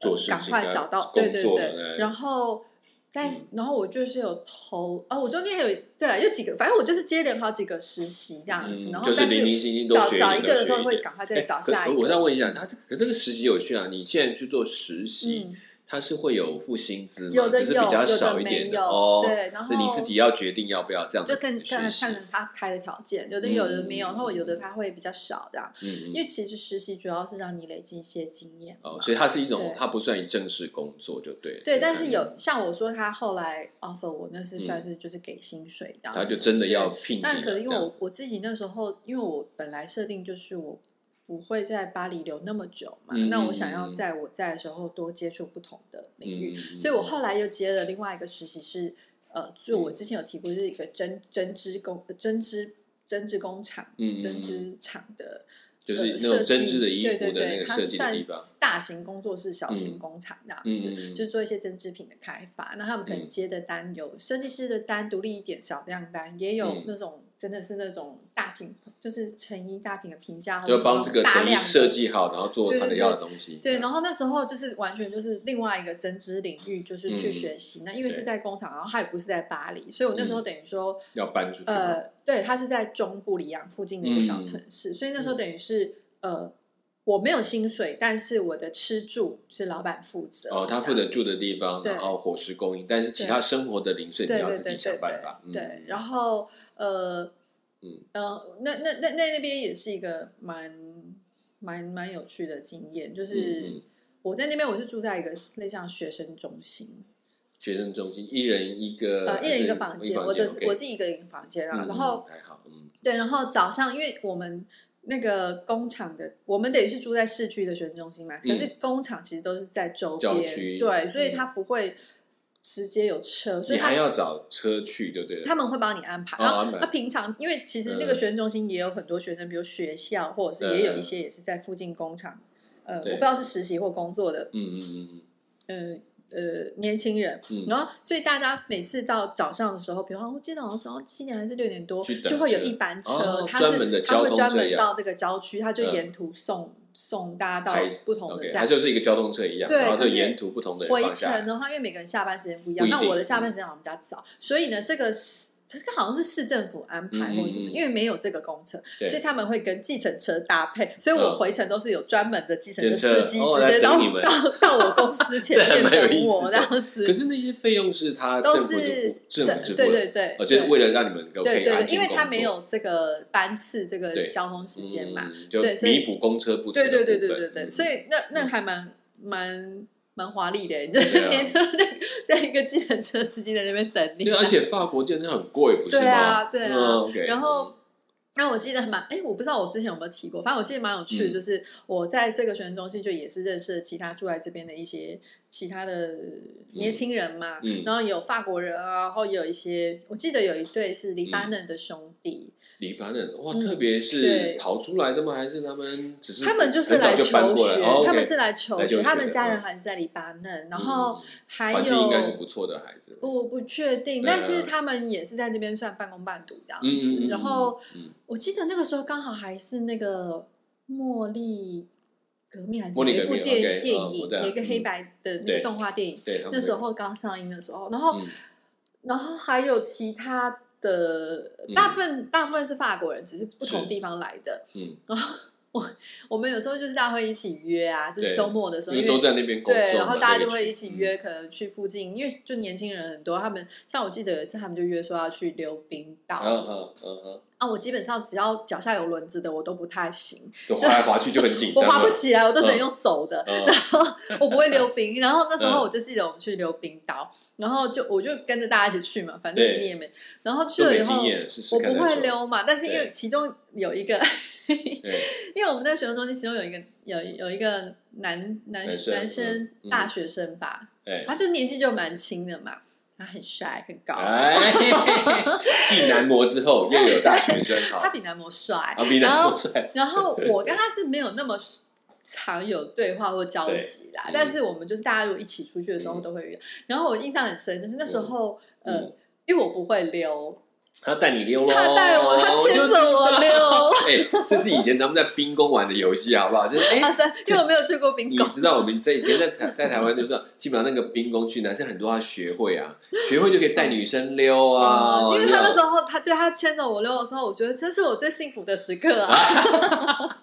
Speaker 1: 做
Speaker 2: 呃
Speaker 1: 事
Speaker 2: 赶
Speaker 1: 情
Speaker 2: 快
Speaker 1: 啊
Speaker 2: 找到，
Speaker 1: 工
Speaker 2: 对对
Speaker 1: 作
Speaker 2: 对，
Speaker 1: 哎嗯
Speaker 2: 然后。但是，然后我就是有投啊，我中间还有对了，有几个，反正我就是接连好几个实习这样子，
Speaker 1: 嗯
Speaker 2: 然后
Speaker 1: 就是
Speaker 2: 但
Speaker 1: 零零星星都
Speaker 2: 找
Speaker 1: 学
Speaker 2: 找
Speaker 1: 一
Speaker 2: 一
Speaker 1: 个
Speaker 2: 个的
Speaker 1: 学
Speaker 2: 时候
Speaker 1: 一
Speaker 2: 会
Speaker 1: 点
Speaker 2: 赶快
Speaker 1: 哎
Speaker 2: 再找
Speaker 1: 可
Speaker 2: 下一
Speaker 1: 是
Speaker 2: 个。
Speaker 1: 我再问一下，他这可是这个实习有趣啊！你现在去做实习
Speaker 2: 嗯，，
Speaker 1: 它是会有付薪资吗？
Speaker 2: 有的
Speaker 1: 只是
Speaker 2: 有
Speaker 1: 比较
Speaker 2: 有的
Speaker 1: 少一
Speaker 2: 没
Speaker 1: 点的
Speaker 2: 有
Speaker 1: 哦。
Speaker 2: 对然
Speaker 1: 那你
Speaker 2: 后
Speaker 1: 自己要决定要不要这样子
Speaker 2: 就
Speaker 1: 学
Speaker 2: 跟
Speaker 1: 习。
Speaker 2: 看看着他开的条件，有的有的没有，
Speaker 1: 嗯
Speaker 2: 然后有的他会比较少这样，
Speaker 1: 嗯
Speaker 2: 因
Speaker 1: 嗯。
Speaker 2: 为其实实习主要是让你累积一些经验嘛
Speaker 1: 哦，所以它是一种
Speaker 2: 对，
Speaker 1: 它不算你正式工作就对了。啊
Speaker 2: 对，
Speaker 1: 不
Speaker 2: 但是有像我说，他后来 offer 我，那是算是就是给薪水这样
Speaker 1: 嗯
Speaker 2: 子，
Speaker 1: 他就真的要
Speaker 2: 对。
Speaker 1: 聘你了。
Speaker 2: 但可能因
Speaker 1: 这
Speaker 2: 为
Speaker 1: 样
Speaker 2: 我我自己那时候，因为我本来设定就是我不会在巴黎留那么久嘛，
Speaker 1: 嗯
Speaker 2: 那
Speaker 1: 嗯
Speaker 2: 我想要
Speaker 1: 嗯
Speaker 2: 在我在的时候多接触不同的领域，
Speaker 1: 嗯嗯嗯
Speaker 2: 所以我后来又接了另外一个实习是，呃，就我之前有提过，是一个针针织工针织针织工厂。
Speaker 1: 嗯嗯
Speaker 2: 针
Speaker 1: 嗯，
Speaker 2: 织厂的
Speaker 1: 就是
Speaker 2: 呃
Speaker 1: 那种
Speaker 2: 设
Speaker 1: 针
Speaker 2: 计
Speaker 1: 织的衣
Speaker 2: 对
Speaker 1: 服
Speaker 2: 对
Speaker 1: 的那
Speaker 2: 对，
Speaker 1: 个
Speaker 2: 它
Speaker 1: 设
Speaker 2: 是
Speaker 1: 计的
Speaker 2: 算
Speaker 1: 地方。
Speaker 2: 大型工作室、小型工厂那样子，
Speaker 1: 嗯嗯嗯
Speaker 2: 就是做一些针织品的开发。那他们可
Speaker 1: 嗯
Speaker 2: 能接的单有设计师的单，独立一点小量单，也有
Speaker 1: 嗯
Speaker 2: 那种真的是那种大品，就是成衣大品的评价，
Speaker 1: 就帮这个
Speaker 2: 大
Speaker 1: 成衣
Speaker 2: 量的
Speaker 1: 设。计好，然后做
Speaker 2: 对
Speaker 1: 他的
Speaker 2: 对
Speaker 1: 要的东西。
Speaker 2: 对，然后那时候就是完全就是另外一个针织领域，就是去
Speaker 1: 嗯
Speaker 2: 学习。那因为是
Speaker 1: 对嗯
Speaker 2: 在工厂，然后它也不是在巴黎，所以我那时候等于说，
Speaker 1: 要搬出去。
Speaker 2: 呃，对，它是在中部里昂附近的一个小城
Speaker 1: 嗯
Speaker 2: 市，所以那时候等于是呃，我没有薪水，但是我的吃住是老板负责。
Speaker 1: 哦，他负责住的地方，
Speaker 2: 对
Speaker 1: 然后伙食供应，但是其
Speaker 2: 对
Speaker 1: 他生活的零碎
Speaker 2: 这
Speaker 1: 你
Speaker 2: 样。
Speaker 1: 要
Speaker 2: 对
Speaker 1: 自
Speaker 2: 对对
Speaker 1: 己
Speaker 2: 对
Speaker 1: 想办法。
Speaker 2: 对对
Speaker 1: 嗯，
Speaker 2: 然后呃，
Speaker 1: 嗯
Speaker 2: 呃，那那那那那边也是一个蛮蛮蛮有趣的经验，就
Speaker 1: 嗯
Speaker 2: 是
Speaker 1: 嗯
Speaker 2: 我在那边我是住在一个类似像学生中心，
Speaker 1: 学生中心一人一个，
Speaker 2: 呃，一人一个房
Speaker 1: 间
Speaker 2: 间，，我的是
Speaker 1: OK
Speaker 2: 我是一个一个房间啊，
Speaker 1: 嗯
Speaker 2: 然后
Speaker 1: 嗯还好，嗯
Speaker 2: 对，然后早上因为我们那个工厂的，我们等于是住在市区的学生中心嘛，可是工厂其实都是在周
Speaker 1: 嗯郊
Speaker 2: 边，
Speaker 1: 区
Speaker 2: 对，所以
Speaker 1: 嗯
Speaker 2: 它不会直接有车，所
Speaker 1: 你
Speaker 2: 以它
Speaker 1: 还要找车去，对不对了？
Speaker 2: 他们会帮你安排。
Speaker 1: 哦
Speaker 2: 然后
Speaker 1: 安排
Speaker 2: 那平常，因为其实那个
Speaker 1: 嗯
Speaker 2: 学生中心也有很多学生，比如学校或者是
Speaker 1: 对
Speaker 2: 也有一些也是在附近工厂，呃，我不
Speaker 1: 对
Speaker 2: 知道是实习或工作的，
Speaker 1: 嗯嗯嗯嗯，
Speaker 2: 呃。呃，年轻人，
Speaker 1: 嗯
Speaker 2: 然后所以大家每次到早上的时候，比方我记得好像早上七点还是六点多，
Speaker 1: 去等
Speaker 2: 就会有
Speaker 1: 车
Speaker 2: 一班车，
Speaker 1: 哦
Speaker 2: 它
Speaker 1: 专门
Speaker 2: 是
Speaker 1: 的
Speaker 2: 它
Speaker 1: 交
Speaker 2: 会
Speaker 1: 通
Speaker 2: 专
Speaker 1: 这
Speaker 2: 门
Speaker 1: 样
Speaker 2: 到这个郊区，它就
Speaker 1: 嗯
Speaker 2: 沿途送、送大家到
Speaker 1: 开
Speaker 2: 不同的
Speaker 1: OK，它。
Speaker 2: 站
Speaker 1: 就是一个交通车一样，
Speaker 2: 对
Speaker 1: 然后
Speaker 2: 可
Speaker 1: 就是沿途不同的人
Speaker 2: 回
Speaker 1: 放下来
Speaker 2: 程的话，因为每个人下班时间不一
Speaker 1: 不
Speaker 2: 样，
Speaker 1: 一
Speaker 2: 那
Speaker 1: 定嗯
Speaker 2: 我的下班时间好像比较早，所以呢，这个是这个好像是市政府安排
Speaker 1: 嗯
Speaker 2: 或者什
Speaker 1: 嗯
Speaker 2: 么，
Speaker 1: 嗯
Speaker 2: 因为没有这个公车，
Speaker 1: 对
Speaker 2: 所以他们会跟计程车搭配，所以我
Speaker 1: 嗯
Speaker 2: 回程都是有专门的计程车
Speaker 1: 电车
Speaker 2: 司机
Speaker 1: 哦
Speaker 2: 直接
Speaker 1: 来
Speaker 2: 到
Speaker 1: 等你们
Speaker 2: 到到我公司
Speaker 1: (laughs)
Speaker 2: 前
Speaker 1: 这还
Speaker 2: 面
Speaker 1: 蛮有
Speaker 2: 等
Speaker 1: 意思
Speaker 2: 我这
Speaker 1: 的
Speaker 2: 样
Speaker 1: 可
Speaker 2: 子，
Speaker 1: 是那些费用是他政
Speaker 2: 都
Speaker 1: 府支
Speaker 2: 是
Speaker 1: 付，政府支付的，
Speaker 2: 对对对，
Speaker 1: 哦，就是
Speaker 2: 对
Speaker 1: 为了让你们可
Speaker 2: 对
Speaker 1: 以
Speaker 2: 对
Speaker 1: 安
Speaker 2: 对，
Speaker 1: 心
Speaker 2: 因为
Speaker 1: 工作
Speaker 2: 他没有这个班次这个
Speaker 1: 对
Speaker 2: 交通时间嘛，
Speaker 1: 嗯就
Speaker 2: 对所以
Speaker 1: 弥补公车不足的
Speaker 2: 对
Speaker 1: 部分。
Speaker 2: 对
Speaker 1: 嗯
Speaker 2: 对对对对，所
Speaker 1: 以
Speaker 2: 以那那还蛮蛮蛮华丽的，你欸就是
Speaker 1: 对啊
Speaker 2: 连 (laughs) 在一个计程车司机在那边等你啊
Speaker 1: 对，，而且法国健身很贵，不是
Speaker 2: 对啊
Speaker 1: 吗？嗯
Speaker 2: 对啊
Speaker 1: 嗯，OK，
Speaker 2: 然后那我记得蛮哎，我不知道我之前有没有提过，反正我记得蛮有趣的，
Speaker 1: 嗯
Speaker 2: 就是我在这个学生中心就也是认识了其他住在这边的一些其他的年轻人嘛，
Speaker 1: 嗯
Speaker 2: 然后有法国人啊，然后也有一些，我记得有一对是黎
Speaker 1: 嗯
Speaker 2: 巴嫩的兄弟，
Speaker 1: 黎巴嫩哇，
Speaker 2: 嗯
Speaker 1: 特别是
Speaker 2: 对
Speaker 1: 逃出来的吗？还是他们只是
Speaker 2: 他们就是
Speaker 1: 很早
Speaker 2: 来
Speaker 1: 就
Speaker 2: 求
Speaker 1: 搬过来
Speaker 2: 学，
Speaker 1: 哦，OK
Speaker 2: 他们是来求
Speaker 1: 来求学
Speaker 2: 他们
Speaker 1: 的
Speaker 2: 家人
Speaker 1: 嗯
Speaker 2: 还在黎巴嫩，然后
Speaker 1: 嗯
Speaker 2: 还
Speaker 1: 环境应
Speaker 2: 有
Speaker 1: 该是不错的孩子。
Speaker 2: 我不确定，
Speaker 1: 对啊
Speaker 2: 但是他们也是在这边算半工半读这样子。
Speaker 1: 嗯嗯嗯，
Speaker 2: 然后
Speaker 1: 嗯
Speaker 2: 我记得那个时候刚好还是那个茉莉革命还是
Speaker 1: 茉莉
Speaker 2: 哪一
Speaker 1: 革
Speaker 2: 部
Speaker 1: 命
Speaker 2: 电
Speaker 1: OK，
Speaker 2: 电
Speaker 1: 嗯我
Speaker 2: 影，
Speaker 1: 对啊
Speaker 2: 有一个黑
Speaker 1: 嗯
Speaker 2: 白的那
Speaker 1: 对
Speaker 2: 个动画电影，
Speaker 1: 对，他们
Speaker 2: 那时
Speaker 1: 对
Speaker 2: 候刚上映的时候，然后
Speaker 1: 嗯
Speaker 2: 然后还有其他的
Speaker 1: 嗯，
Speaker 2: 大部分大部分是法国人，只是不同
Speaker 1: 是
Speaker 2: 地方来的。
Speaker 1: 嗯，
Speaker 2: 我们有时候就是大家会一起约啊，就是
Speaker 1: 对
Speaker 2: 周末的时候，
Speaker 1: 因为
Speaker 2: 因
Speaker 1: 都
Speaker 2: 为
Speaker 1: 在那边工作嘛，
Speaker 2: 对，然后大家
Speaker 1: 所以
Speaker 2: 就会一起
Speaker 1: 嗯
Speaker 2: 约，可能去附近，因为就年轻人很多，他们像我记得有一次，他们就约说要去溜冰道。
Speaker 1: 嗯嗯嗯嗯，
Speaker 2: 啊，我基本上只要脚下有轮子的，我都不太行，
Speaker 1: 就滑来滑去就很紧
Speaker 2: 我
Speaker 1: 张嘛，
Speaker 2: 滑不起来，我都只能用走的，
Speaker 1: 嗯，
Speaker 2: 我不会
Speaker 1: (laughs)
Speaker 2: 溜冰。然后那时
Speaker 1: 嗯
Speaker 2: 候我就记得我们去溜冰道，然后就我就跟着大家一起去嘛，反正
Speaker 1: 对
Speaker 2: 你也没，然后去
Speaker 1: 就
Speaker 2: 了
Speaker 1: 没
Speaker 2: 以后
Speaker 1: 经。验，试试
Speaker 2: 我
Speaker 1: 看
Speaker 2: 不
Speaker 1: 再
Speaker 2: 会
Speaker 1: 说，
Speaker 2: 溜嘛，但是因为
Speaker 1: 对
Speaker 2: 其中有一个，
Speaker 1: 对，
Speaker 2: (laughs) 因为我们在学生中心，其中有一个有有一个男男
Speaker 1: 男生
Speaker 2: 男生
Speaker 1: 嗯嗯
Speaker 2: 大学生吧，
Speaker 1: 哎
Speaker 2: 他就年纪就蛮轻的嘛，他很帅很高，
Speaker 1: 哎，继男模之后又有大学生好
Speaker 2: 他，比男模帅
Speaker 1: 啊，，比
Speaker 2: 然
Speaker 1: 男
Speaker 2: 后
Speaker 1: 模帅，
Speaker 2: 然后我跟他是没有那么常有对话或交集啦
Speaker 1: 对嗯，
Speaker 2: 但是我们就是大家如果一起出去的时候
Speaker 1: 嗯
Speaker 2: 都会约。然后我印象很深，就是那时候呃
Speaker 1: 嗯，哦
Speaker 2: 因为我不会溜，
Speaker 1: 他带你溜喽，
Speaker 2: 他带我，他牵着我
Speaker 1: (laughs)
Speaker 2: 溜。
Speaker 1: 哎，这是以前咱们在冰宫玩的游戏，好不好？就是哎。
Speaker 2: 他在，因为我没有去过冰
Speaker 1: 你
Speaker 2: 宫，
Speaker 1: 知道我们在以前在台在台湾就是基本上那个冰宫去男生很多要学会啊，学会就可以带女生溜啊，
Speaker 2: 哦因为他那时
Speaker 1: 候
Speaker 2: 候他对他牵着我溜的时候，我觉得这是我最幸福的时刻啊！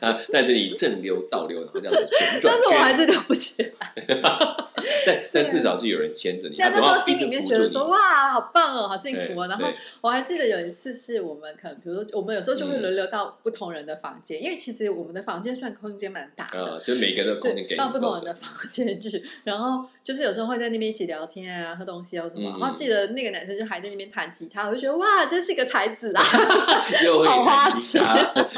Speaker 1: 啊带着你正溜倒溜，然后这样子旋转
Speaker 2: (laughs)
Speaker 1: 圈，
Speaker 2: 但是我还是溜不起来。
Speaker 1: 但但至少是有人牵着你，
Speaker 2: 但
Speaker 1: 他
Speaker 2: 啊那
Speaker 1: 总
Speaker 2: 时
Speaker 1: 要
Speaker 2: 候心里面觉
Speaker 1: 一
Speaker 2: 得
Speaker 1: 直扶住
Speaker 2: 说
Speaker 1: 你
Speaker 2: 哇，好棒哦，好幸福哦。
Speaker 1: 对
Speaker 2: 然后
Speaker 1: 对
Speaker 2: 我还记得有一次是我们可能，比如说我们有时候就
Speaker 1: 嗯
Speaker 2: 会轮流到不同人的房间，因为其实我们的房间算空间蛮大的，
Speaker 1: 啊，就是每个人的空间给
Speaker 2: 对，
Speaker 1: 你
Speaker 2: 到不同
Speaker 1: 够
Speaker 2: 人
Speaker 1: 的
Speaker 2: 的房间去，然后就是有时候会在那边一起聊天啊，喝东西啊什么。
Speaker 1: 嗯
Speaker 2: 然后记得那个男生就还在那边弹吉他，我就觉得哇，真是个才子啊！
Speaker 1: (laughs) 又
Speaker 2: 好花
Speaker 1: 痴
Speaker 2: 痴
Speaker 1: 啊！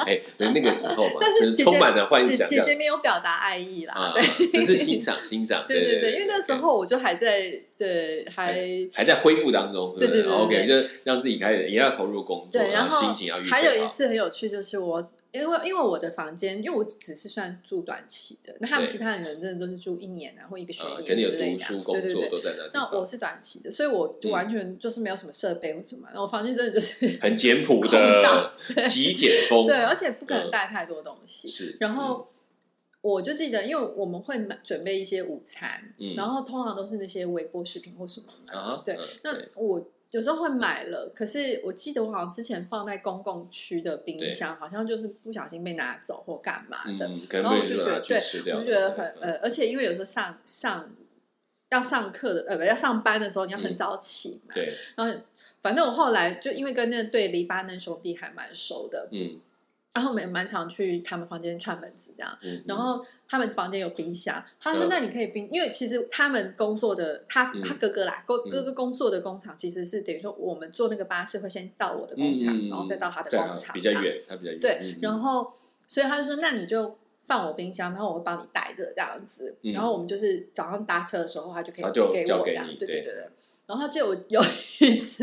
Speaker 1: 哎，对那个时候嘛，
Speaker 2: 但
Speaker 1: 就是
Speaker 2: 姐姐
Speaker 1: 充满了幻
Speaker 2: 姐
Speaker 1: 想，这
Speaker 2: 姐
Speaker 1: 样
Speaker 2: 姐没有表达爱意啦，
Speaker 1: 啊，
Speaker 2: 对
Speaker 1: 只是欣赏欣赏，
Speaker 2: 对
Speaker 1: 对
Speaker 2: 对，因为那时候我就还在对还。
Speaker 1: 对还在恢复当中，是不是
Speaker 2: 对对对对
Speaker 1: ？OK，
Speaker 2: 对
Speaker 1: 就是让自己开始也要投入工作，
Speaker 2: 对，
Speaker 1: 然
Speaker 2: 然后
Speaker 1: 呃心情要预备
Speaker 2: 还有一
Speaker 1: 好
Speaker 2: 次很有趣，就是我因为因为我的房间，因为我只是算住短期的，那他们
Speaker 1: 对
Speaker 2: 其他人真的都是住一年啊或一个学
Speaker 1: 啊，
Speaker 2: 年
Speaker 1: 肯定有
Speaker 2: 之类
Speaker 1: 读
Speaker 2: 的啊，
Speaker 1: 书、
Speaker 2: 对
Speaker 1: 工
Speaker 2: 对
Speaker 1: 作
Speaker 2: 对。
Speaker 1: 都在那地
Speaker 2: 那
Speaker 1: 方
Speaker 2: 我，是短期的，所以我就
Speaker 1: 嗯
Speaker 2: 完全就是没有什么设备或什么，然后我房间真的就是 (laughs)
Speaker 1: 很简朴
Speaker 2: 空
Speaker 1: 的 (laughs)
Speaker 2: 荡
Speaker 1: 极简风，
Speaker 2: 对，而且不可
Speaker 1: 嗯
Speaker 2: 能带太多东西。
Speaker 1: 是。嗯
Speaker 2: 然后我就记得，因为我们会买准备一些午餐，
Speaker 1: 嗯
Speaker 2: 然后通常都是那些微波食品或什么
Speaker 1: 嗯啊
Speaker 2: 的。
Speaker 1: 哈，
Speaker 2: 对
Speaker 1: 嗯
Speaker 2: 那
Speaker 1: 对
Speaker 2: 我有时候会买了，可是我记得我好像之前放在公共区的冰箱，好像就是不小心被拿走或干嘛的，
Speaker 1: 嗯，可
Speaker 2: 然
Speaker 1: 能
Speaker 2: 后
Speaker 1: 被
Speaker 2: 我就
Speaker 1: 人
Speaker 2: 觉
Speaker 1: 拿
Speaker 2: 得，
Speaker 1: 去
Speaker 2: 对
Speaker 1: 吃，掉
Speaker 2: 我
Speaker 1: 了，
Speaker 2: 就觉得很
Speaker 1: 嗯
Speaker 2: 呃，而且因为有时候上上要上课的呃，不要上班的时候，你要很
Speaker 1: 嗯
Speaker 2: 早起嘛，
Speaker 1: 对，
Speaker 2: 然后。反正我后来就因为跟那对黎巴嫩兄弟还蛮熟的，
Speaker 1: 嗯
Speaker 2: 然后我们也蛮常去他们房间串门子这样，
Speaker 1: 嗯，
Speaker 2: 然
Speaker 1: 嗯
Speaker 2: 后他们房间有冰箱，他说
Speaker 1: 嗯：“
Speaker 2: 那你可以冰，因为其实他们工作的他
Speaker 1: 嗯
Speaker 2: 他哥哥啦，哥
Speaker 1: 嗯
Speaker 2: 哥哥工作的工厂其实是等于说我们坐那个巴士会先到我的工厂，然后再到他的
Speaker 1: 嗯在
Speaker 2: 工厂，
Speaker 1: 比较。远，它比较远，嗯
Speaker 2: 对，然
Speaker 1: 后
Speaker 2: 后所以他就说：那你就放我冰箱，然后我会帮你带着这样子。
Speaker 1: 嗯
Speaker 2: 然后我们就是早上搭车的时候，他就可以
Speaker 1: 他就
Speaker 2: 给
Speaker 1: 交
Speaker 2: 我
Speaker 1: 给
Speaker 2: 这样
Speaker 1: 你，
Speaker 2: 对
Speaker 1: 对
Speaker 2: 对对。”然后就有有一次，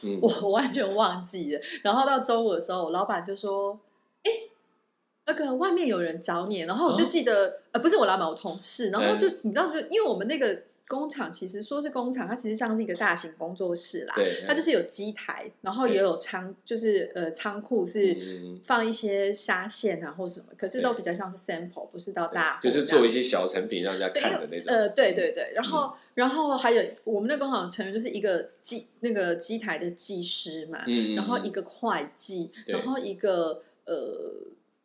Speaker 1: 嗯
Speaker 2: (laughs) 我完全忘记了。然后到中午的时候，我老板就说：“哎、那个外面有人找你。”然后
Speaker 1: 哦
Speaker 2: 我就记得，呃，不是我老板，我同事。然后就你知道就，因为我们那个工厂其实说是工厂，它其实像是一个大型工作室啦。
Speaker 1: 对，嗯
Speaker 2: 它就是有机台，然后也有仓，就是呃仓库是
Speaker 1: 嗯
Speaker 2: 放一些纱线啊或什么，可是都
Speaker 1: 对
Speaker 2: 比较像是 sample，不是到大
Speaker 1: 就
Speaker 2: 货
Speaker 1: 是
Speaker 2: 这样
Speaker 1: 做一些小产品让人家
Speaker 2: 对，因
Speaker 1: 看的
Speaker 2: 为
Speaker 1: 那种。嗯
Speaker 2: 呃，对对对，然后、然后还有我们那工厂成员就是一个机那个机台的技师嘛，
Speaker 1: 嗯，
Speaker 2: 然后一个会计，
Speaker 1: 对
Speaker 2: 然后一个呃，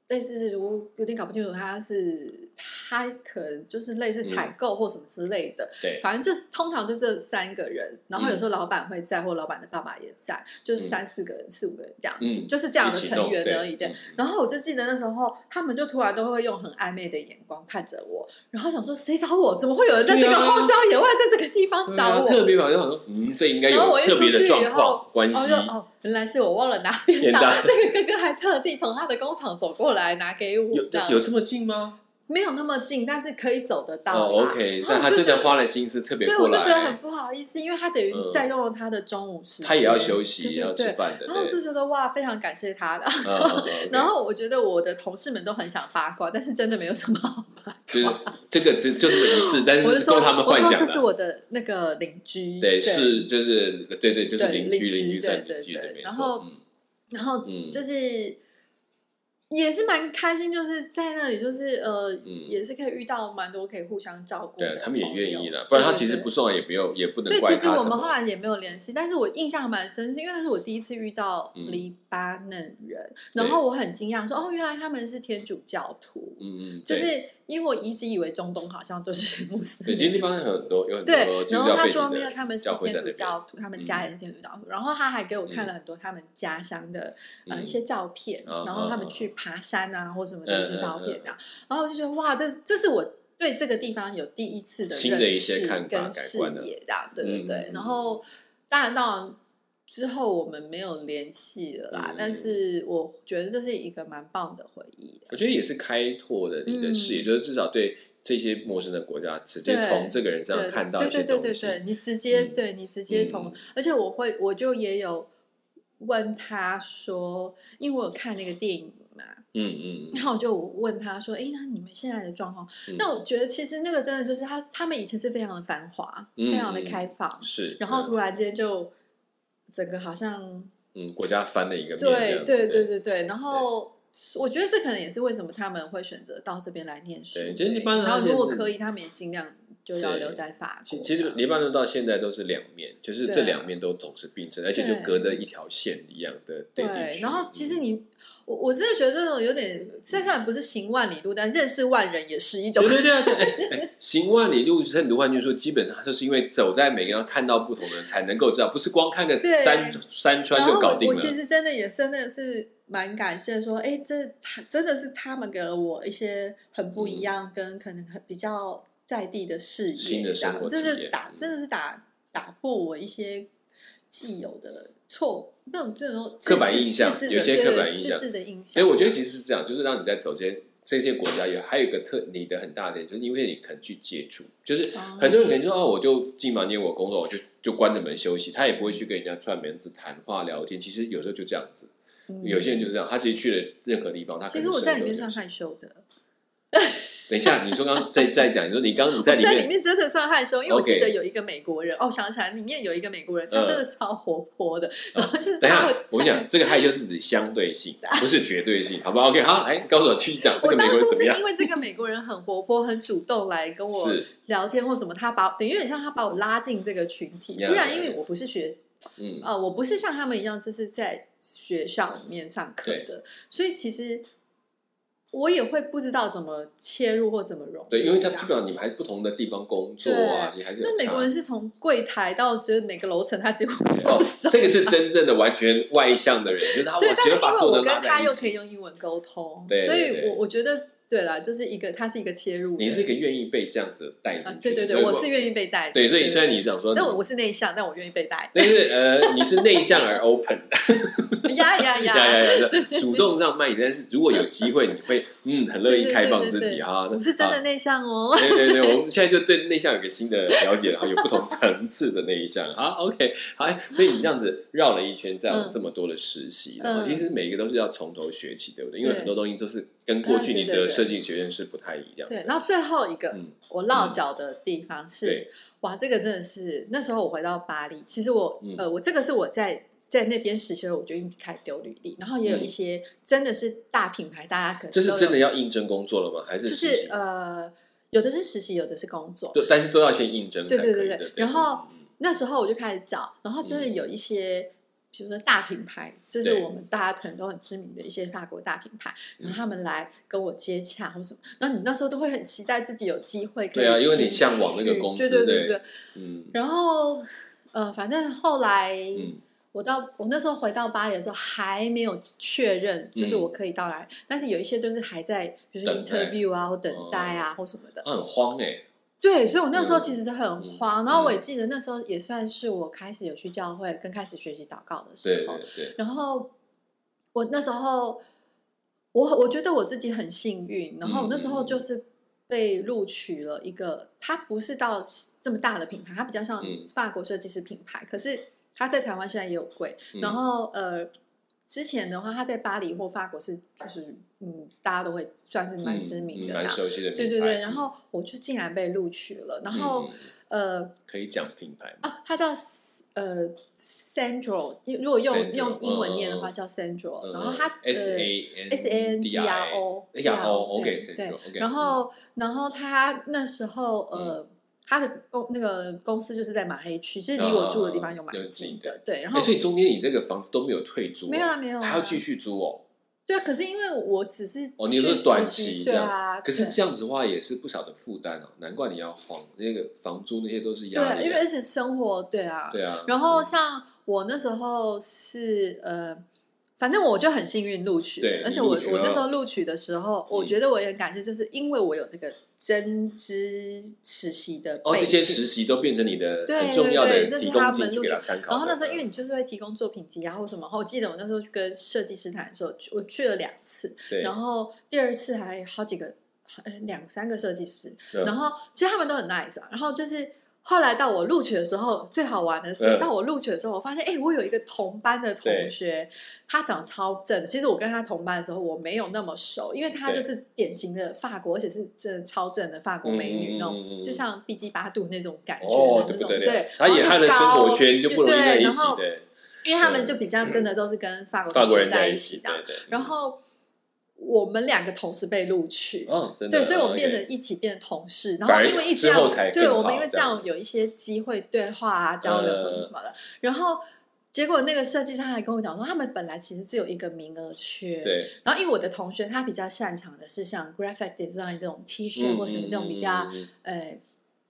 Speaker 2: 类似是我有点搞不清楚他是他可能就是类似采购或什么之类的，
Speaker 1: 嗯对，嗯
Speaker 2: 反正就通常就这三个人，然后有时候老板会在，或老板的爸爸也在，就是三四个人、四五个人这样子，
Speaker 1: 嗯
Speaker 2: 就是这样的
Speaker 1: 一起
Speaker 2: 成
Speaker 1: 弄
Speaker 2: 员而已。
Speaker 1: 对嗯
Speaker 2: 对，然后我就记得那时候，他们就突然都会用很暧昧的眼光看着我，然后想说谁找我？怎么会有人在这
Speaker 1: 对
Speaker 2: 个
Speaker 1: 啊
Speaker 2: 荒郊野外，在这个地方
Speaker 1: 对
Speaker 2: 找
Speaker 1: 啊
Speaker 2: 我？
Speaker 1: 特别好像想说，嗯，这应该有
Speaker 2: 然后我一
Speaker 1: 特别
Speaker 2: 出去
Speaker 1: 的
Speaker 2: 以
Speaker 1: 状
Speaker 2: 后
Speaker 1: 况关
Speaker 2: 哦，
Speaker 1: 系
Speaker 2: 就，哦，原来是我忘
Speaker 1: (laughs)
Speaker 2: 了拿便
Speaker 1: 便
Speaker 2: 当。
Speaker 1: 当
Speaker 2: 那个哥哥还特地从他的工厂走过来拿给我，
Speaker 1: 有
Speaker 2: 这样
Speaker 1: 有这么近吗？
Speaker 2: 没有那么近，但是可以走得到啦。
Speaker 1: 哦，OK，
Speaker 2: 然后
Speaker 1: 但他
Speaker 2: 我就
Speaker 1: 真的
Speaker 2: 觉得
Speaker 1: 花了心思特别
Speaker 2: 对，
Speaker 1: 过
Speaker 2: 我就觉得
Speaker 1: 来嗯
Speaker 2: 很，不好意思，因为他等于在用了他的中午时间，
Speaker 1: 他也要休息，
Speaker 2: 对
Speaker 1: 也要吃
Speaker 2: 对对
Speaker 1: 饭的，
Speaker 2: 然后我就
Speaker 1: 对，
Speaker 2: 觉得哇，非常感谢他的。
Speaker 1: 嗯嗯嗯
Speaker 2: (laughs) 然后我觉得我的同事们都很想八卦，但是真的没有什么好八卦。
Speaker 1: 就是这个只就这么一
Speaker 2: (laughs)
Speaker 1: 次，但
Speaker 2: 我
Speaker 1: 是
Speaker 2: 是说，
Speaker 1: 够他们
Speaker 2: 我
Speaker 1: 幻
Speaker 2: 说
Speaker 1: 想
Speaker 2: 这是
Speaker 1: 了。
Speaker 2: 我的那个邻居，
Speaker 1: 对，是就是对对，就是
Speaker 2: 对
Speaker 1: 邻
Speaker 2: 邻
Speaker 1: 居
Speaker 2: 居
Speaker 1: 邻居
Speaker 2: 对
Speaker 1: 算
Speaker 2: 对
Speaker 1: 邻居的
Speaker 2: 对
Speaker 1: 没
Speaker 2: 然
Speaker 1: 错
Speaker 2: 后，
Speaker 1: 嗯
Speaker 2: 然后
Speaker 1: 嗯
Speaker 2: 就是、也是蛮开心，就是在那里，就是呃，
Speaker 1: 嗯
Speaker 2: 也是可以遇到蛮多可以互相照顾的朋友。
Speaker 1: 对，他们也愿意了，不然他其实不
Speaker 2: 对。对对
Speaker 1: 送也不用也不能
Speaker 2: 对，
Speaker 1: 怪
Speaker 2: 其实
Speaker 1: 他
Speaker 2: 我
Speaker 1: 什
Speaker 2: 们后
Speaker 1: 么。
Speaker 2: 来也没有联系，但是我印象蛮深，是因为那是我第一次遇到
Speaker 1: 嗯
Speaker 2: 黎巴嫩人，
Speaker 1: 对
Speaker 2: 然后我很惊讶，说哦，原来他们是天主教徒，
Speaker 1: 嗯嗯，
Speaker 2: 就
Speaker 1: 对
Speaker 2: 是因为我一直以为中东好像都是穆斯
Speaker 1: 对，
Speaker 2: 林
Speaker 1: 其实地方有很多有很多
Speaker 2: 对，
Speaker 1: 基
Speaker 2: 然
Speaker 1: 督
Speaker 2: 后
Speaker 1: 教
Speaker 2: 他
Speaker 1: 背
Speaker 2: 说
Speaker 1: 景
Speaker 2: 没有，
Speaker 1: 的
Speaker 2: 他们是
Speaker 1: 教会
Speaker 2: 天
Speaker 1: 在那
Speaker 2: 主
Speaker 1: 边嗯
Speaker 2: 教徒，他们家也是天主教徒。然后他还给我看了很多他们家乡的呃
Speaker 1: 嗯
Speaker 2: 一些照片，
Speaker 1: 啊
Speaker 2: 然后他们
Speaker 1: 啊
Speaker 2: 去爬山啊或什么的一些
Speaker 1: 嗯嗯
Speaker 2: 照片
Speaker 1: 嗯
Speaker 2: 啊。然后我就觉得哇，这这是我对这个地方有第一次的
Speaker 1: 新的
Speaker 2: 认
Speaker 1: 一些
Speaker 2: 识
Speaker 1: 看法
Speaker 2: 跟
Speaker 1: 改
Speaker 2: 视
Speaker 1: 观了
Speaker 2: 野这样，对对
Speaker 1: 嗯
Speaker 2: 对。
Speaker 1: 嗯
Speaker 2: 然
Speaker 1: 嗯
Speaker 2: 后当然当然。之后我们没有联系了啦，
Speaker 1: 嗯
Speaker 2: 但
Speaker 1: 嗯
Speaker 2: 是我觉得这是一个蛮棒的回忆。
Speaker 1: 我觉得也是开拓了你的视野，
Speaker 2: 嗯
Speaker 1: 就是至少对这些陌生的国家，直接
Speaker 2: 对
Speaker 1: 从这个人身上
Speaker 2: 对
Speaker 1: 看到
Speaker 2: 对
Speaker 1: 一些
Speaker 2: 对对
Speaker 1: 东
Speaker 2: 对
Speaker 1: 西。
Speaker 2: 对，你直接、
Speaker 1: 嗯
Speaker 2: 对你直接从，
Speaker 1: 嗯
Speaker 2: 而且我会我就也有问他说，因为我有看那个电影嘛，
Speaker 1: 嗯嗯
Speaker 2: 然后我就问他说，哎，那你们现在的状况？
Speaker 1: 嗯，
Speaker 2: 那我觉得其实那个真的就是他他们以前是非常的繁华，
Speaker 1: 嗯
Speaker 2: 非常的
Speaker 1: 嗯
Speaker 2: 开放，
Speaker 1: 是，
Speaker 2: 然后
Speaker 1: 嗯
Speaker 2: 突然间就整个好像
Speaker 1: 嗯，国家翻了一个面这
Speaker 2: 对
Speaker 1: 样子，
Speaker 2: 对对对对，然后。我觉得这可能也是为什么他们会选择到这边来念书。
Speaker 1: 对其实
Speaker 2: 对
Speaker 1: 一般人
Speaker 2: 然后
Speaker 1: 他
Speaker 2: 如果
Speaker 1: 现在
Speaker 2: 可以，他们也尽量就要
Speaker 1: 对
Speaker 2: 留在法国
Speaker 1: 其
Speaker 2: 这样。
Speaker 1: 其实黎巴嫩到现在都是两面，就是
Speaker 2: 对
Speaker 1: 这两面都总是并存，而且就
Speaker 2: 对
Speaker 1: 隔着一条线一样的地
Speaker 2: 对，
Speaker 1: 区。
Speaker 2: 然后其实
Speaker 1: 嗯
Speaker 2: 你，我我真的觉得这种有点，虽然不是行万里路，但认识万人也是一种
Speaker 1: 对。
Speaker 2: (laughs)
Speaker 1: 对对啊对，哎哎行万里路胜读万卷书，基本上就是因为走在每个地方看到不同的人，才能够知道，不是光看个
Speaker 2: 对
Speaker 1: 山山
Speaker 2: 然
Speaker 1: 川
Speaker 2: 后
Speaker 1: 就搞
Speaker 2: 我
Speaker 1: 定
Speaker 2: 我
Speaker 1: 了。
Speaker 2: 其实真的也真的是蛮感谢说，哎，这他真的是他们给了我一些很不
Speaker 1: 嗯
Speaker 2: 一样，跟可能很比较在地的视
Speaker 1: 新
Speaker 2: 野，
Speaker 1: 的
Speaker 2: 这样
Speaker 1: 生活
Speaker 2: 真的
Speaker 1: 体
Speaker 2: 是
Speaker 1: 验
Speaker 2: 打
Speaker 1: 嗯
Speaker 2: 真的是打打破我一些既有的错。那种这种
Speaker 1: 刻板印象
Speaker 2: 制式的
Speaker 1: 有些
Speaker 2: 对
Speaker 1: 刻板印
Speaker 2: 制
Speaker 1: 象
Speaker 2: 式的印象。
Speaker 1: 所以我觉得其实是这样，就是让你在走这些这些国家有还有一个特你的很大的点，就是因为你肯去接触，就是
Speaker 2: 哦
Speaker 1: 很多人可能说哦，我就进房间我工作，我就就关着门休息，他也不会去跟人家串门子谈话聊天。其实有时候就这样子，
Speaker 2: 嗯
Speaker 1: 有些人就是这样，他其实去了任何地方，他可
Speaker 2: 其
Speaker 1: 能
Speaker 2: 实我在里面
Speaker 1: 什么
Speaker 2: 算
Speaker 1: 都有
Speaker 2: 害羞的。
Speaker 1: 等一下，你说刚刚再再讲，你说你
Speaker 2: (laughs)
Speaker 1: 刚刚你在里
Speaker 2: 在哦里
Speaker 1: 面，
Speaker 2: 面真的算害羞，因为我记
Speaker 1: OK 嗯
Speaker 2: 得有一个美国人哦，想起来里面有一个美国人，他真的超活泼的，然后 (laughs) 就是
Speaker 1: 哦等一
Speaker 2: 他
Speaker 1: 下
Speaker 2: 会，
Speaker 1: 我跟你讲这个害羞是指相对性，不是绝对性，好不好？OK，好，来告诉我去讲这
Speaker 2: 我
Speaker 1: 个美
Speaker 2: 当
Speaker 1: 国人
Speaker 2: 初
Speaker 1: 怎么
Speaker 2: 是
Speaker 1: 样
Speaker 2: 因？为这个美国人很活泼、很主动来跟我
Speaker 1: 是，
Speaker 2: 聊天或什么，他把等于有点像他把我拉进这个群体，
Speaker 1: Yeah,
Speaker 2: 不然因
Speaker 1: yeah,
Speaker 2: 为我不是学
Speaker 1: 嗯，
Speaker 2: 呃，我不是像他们一样就是在学校里面上课的，所以其实我也会不知道怎么切入或怎么融入。
Speaker 1: 对，因为他
Speaker 2: 这样
Speaker 1: 基本上你们还不同的地方工作啊，
Speaker 2: 对
Speaker 1: 你还是有
Speaker 2: 那美
Speaker 1: 差
Speaker 2: 国人是从柜台到就是每个楼层，他几乎
Speaker 1: 哦
Speaker 2: 都熟。，
Speaker 1: 这个是真正的完全外向的人，就是他
Speaker 2: 对，
Speaker 1: 我
Speaker 2: 但
Speaker 1: 喜
Speaker 2: 是
Speaker 1: 欢把所
Speaker 2: 因为
Speaker 1: 有
Speaker 2: 我
Speaker 1: 人
Speaker 2: 跟
Speaker 1: 拉在
Speaker 2: 他
Speaker 1: 一
Speaker 2: 又可
Speaker 1: 起。
Speaker 2: 以用英文沟通，
Speaker 1: 对
Speaker 2: 所
Speaker 1: 对
Speaker 2: 以
Speaker 1: 对
Speaker 2: 我我觉得对啦，就是一个它是一个切入的，
Speaker 1: 你是一个愿意被这样子带进
Speaker 2: 啊
Speaker 1: 去，，
Speaker 2: 对对
Speaker 1: 所
Speaker 2: 对，
Speaker 1: 以
Speaker 2: 我是愿意被带的，
Speaker 1: 对，所以虽然你
Speaker 2: 对
Speaker 1: 想说，，
Speaker 2: 但我我是内向，但我愿意被带
Speaker 1: (laughs) 但是呃，你是内向而
Speaker 2: (laughs)
Speaker 1: open 的，
Speaker 2: 呀呀
Speaker 1: 呀 (laughs) 呀
Speaker 2: 呀，
Speaker 1: 呀，呀主动让卖你，但是如果有机会，你会嗯很乐意开放自己哈。
Speaker 2: 我是真的
Speaker 1: 啊。
Speaker 2: 内
Speaker 1: (laughs)
Speaker 2: 向哦。
Speaker 1: 对对对，我们现在就对内向有个新的了解，然后有不同层次的内向。好，OK，好，哎所以你这样子绕了一圈，这样
Speaker 2: 嗯
Speaker 1: 这么多的实习，
Speaker 2: 嗯
Speaker 1: 然后其实每一个都是要从头学起，对不对？因为
Speaker 2: 对
Speaker 1: 很多东西都是跟过去
Speaker 2: 嗯对
Speaker 1: 你
Speaker 2: 对
Speaker 1: 的
Speaker 2: 对
Speaker 1: 设计学院是不太一样的。
Speaker 2: 对，然后最后一个
Speaker 1: 嗯
Speaker 2: 我落脚的地方是
Speaker 1: 对，
Speaker 2: 哇，这个真的是那时候我回到巴黎，其实我
Speaker 1: 嗯
Speaker 2: 呃，我这个是我在。在那边实习的时候，我就已经开始丢履历，然后也有
Speaker 1: 嗯
Speaker 2: 一些真的是大品牌，大家可能
Speaker 1: 这是
Speaker 2: 都有
Speaker 1: 真的要应征工作了吗？还是
Speaker 2: 就
Speaker 1: 实习
Speaker 2: 是呃，有的是实习，有的是工作。
Speaker 1: 对，但是都要先应征才
Speaker 2: 对
Speaker 1: 可
Speaker 2: 对
Speaker 1: 以
Speaker 2: 对
Speaker 1: 的
Speaker 2: 对
Speaker 1: 对
Speaker 2: 然后
Speaker 1: 嗯
Speaker 2: 那时候我就开始找，然后真的有一些比如说大品牌，这是
Speaker 1: 对
Speaker 2: 我们大家可能都很知名的一些法国大品牌，
Speaker 1: 嗯
Speaker 2: 然后他们来跟我接洽或什么，然后你那时候都会很期待自己有机会可以
Speaker 1: 对啊因为你
Speaker 2: 进
Speaker 1: 向往那个
Speaker 2: 去
Speaker 1: 公
Speaker 2: 对
Speaker 1: 司
Speaker 2: 对
Speaker 1: 对
Speaker 2: 对对。
Speaker 1: 嗯
Speaker 2: 然后呃，反正后来
Speaker 1: 嗯
Speaker 2: 我到我那时候回到巴黎的时候还没有确认，就是
Speaker 1: 嗯
Speaker 2: 我可以到来，但是有一些就是还在，比如说
Speaker 1: 等待
Speaker 2: interview 啊或等待啊、或什么的。
Speaker 1: 啊很慌哎，
Speaker 2: 对，所以我那时
Speaker 1: 嗯
Speaker 2: 候其实是很慌，然后我也记得那时候也算是我开始有去教会跟开始学习祷告的
Speaker 1: 对
Speaker 2: 时候
Speaker 1: 对，对，
Speaker 2: 然后我那时候，我我觉得我自己很幸运，然后我那
Speaker 1: 嗯
Speaker 2: 时候就是被录取了一个，它不是到这么大的品牌，它比较像
Speaker 1: 嗯
Speaker 2: 法国设计师品牌，可是它在台湾现在也有贵，
Speaker 1: 嗯
Speaker 2: 然后呃。之前的话，它在巴黎或法国是就是嗯，大家都会算是蛮
Speaker 1: 嗯
Speaker 2: 知名
Speaker 1: 嗯
Speaker 2: 的啦
Speaker 1: 蛮。熟悉的品牌，
Speaker 2: 对对对，然后我就竟然被录取了，然
Speaker 1: 嗯
Speaker 2: 后、
Speaker 1: 嗯
Speaker 2: 呃，
Speaker 1: 可以讲品牌吗？
Speaker 2: 哦，它叫 S- 呃 Sandro，因如果用
Speaker 1: Sandro，
Speaker 2: 用英文念的话
Speaker 1: 嗯
Speaker 2: 叫 Sandro，、
Speaker 1: 嗯
Speaker 2: 然后它
Speaker 1: S
Speaker 2: 呃
Speaker 1: A N
Speaker 2: S A N D R
Speaker 1: O
Speaker 2: O
Speaker 1: D R O
Speaker 2: D R
Speaker 1: OK
Speaker 2: O，对，
Speaker 1: OK，嗯
Speaker 2: 然后然后它那时候呃。它的公那个公司就是在马黑区，其实离我住的地方有蛮
Speaker 1: 啊有
Speaker 2: 近
Speaker 1: 近
Speaker 2: 的，对。然
Speaker 1: 哎
Speaker 2: 后
Speaker 1: 所以中间你这个房子都没有退租哦，
Speaker 2: 没有啊，没有啊，
Speaker 1: 还要继续租哦。
Speaker 2: 对啊。可是因为我只是
Speaker 1: 哦你
Speaker 2: 去
Speaker 1: 说短
Speaker 2: 实习
Speaker 1: 期
Speaker 2: 对
Speaker 1: 这样
Speaker 2: 啊，
Speaker 1: 可是
Speaker 2: 对
Speaker 1: 这样子的话也是不小的负担哦，难怪你要慌，那个房租那些都是压
Speaker 2: 对，啊
Speaker 1: 力啊
Speaker 2: 因为
Speaker 1: 的。
Speaker 2: 而且生活对啊，
Speaker 1: 对啊，
Speaker 2: 然后像我那时候是呃，反正我就很幸运录取
Speaker 1: 对，
Speaker 2: 而且
Speaker 1: 你
Speaker 2: 我
Speaker 1: 录取
Speaker 2: 我那
Speaker 1: 了嗯
Speaker 2: 时候录取的时候，我觉得我也很感谢，就是因为我有这个针织实习的
Speaker 1: 哦，
Speaker 2: 背
Speaker 1: 这些
Speaker 2: 景
Speaker 1: 实习都变成你的
Speaker 2: 对
Speaker 1: 很重要
Speaker 2: 对
Speaker 1: 的
Speaker 2: 对这是
Speaker 1: 提
Speaker 2: 他
Speaker 1: 供
Speaker 2: 们
Speaker 1: 进去给他参考的。嗯
Speaker 2: 然后那时候，因为你就是会提供作品集啊或什么，然后我记得我那时候去跟设计师谈的时候，去我去了两次，
Speaker 1: 对，
Speaker 2: 然后第二次还好几个，呃，两三个设计师，
Speaker 1: 对啊
Speaker 2: 然后其实他们都很 nice 啊。然后就是后来到我录取的时候，最好玩的是，
Speaker 1: 嗯
Speaker 2: 到我录取的时候，我发现，哎、我有一个同班的同学，他长得超正的。其实我跟他同班的时候，我没有那么熟，因为他
Speaker 1: 对
Speaker 2: 就是典型的法国，而且是真的超正的法国美女那种，
Speaker 1: 嗯嗯嗯嗯嗯
Speaker 2: 就像毕基巴杜那种感觉的
Speaker 1: 哦，
Speaker 2: 那
Speaker 1: 对不
Speaker 2: 种。
Speaker 1: 得了
Speaker 2: 对，，
Speaker 1: 他也
Speaker 2: 然后
Speaker 1: 他的
Speaker 2: 又
Speaker 1: 生
Speaker 2: 高
Speaker 1: 活圈就不容易
Speaker 2: 对
Speaker 1: 在一
Speaker 2: 然
Speaker 1: 起
Speaker 2: 后，
Speaker 1: 对，
Speaker 2: 因为他们就比较真的都是跟法国
Speaker 1: 法国
Speaker 2: 同
Speaker 1: 人
Speaker 2: 事在
Speaker 1: 一
Speaker 2: 一
Speaker 1: 起，
Speaker 2: 起的。
Speaker 1: 对对。
Speaker 2: 然后我们两个同时被录取，
Speaker 1: 哦，真的，
Speaker 2: 对，所以我们
Speaker 1: 哦
Speaker 2: 变得
Speaker 1: OK
Speaker 2: 一起变同事，然
Speaker 1: 反
Speaker 2: 后
Speaker 1: 而
Speaker 2: 因为一
Speaker 1: 之
Speaker 2: 这样
Speaker 1: 后才，
Speaker 2: 对
Speaker 1: 更
Speaker 2: 我们因为
Speaker 1: 好
Speaker 2: 这
Speaker 1: 这
Speaker 2: 样
Speaker 1: 样嗯
Speaker 2: 有一些机会对话啊、交流或什么的，然后。结果那个设计师他还跟我讲说，他们本来其实只有一个名额缺，
Speaker 1: 对，
Speaker 2: 然后因为我的同学他比较擅长的是像 graphic design 这种 T 恤
Speaker 1: 嗯
Speaker 2: 或什么这种比较、
Speaker 1: 嗯嗯嗯嗯
Speaker 2: 呃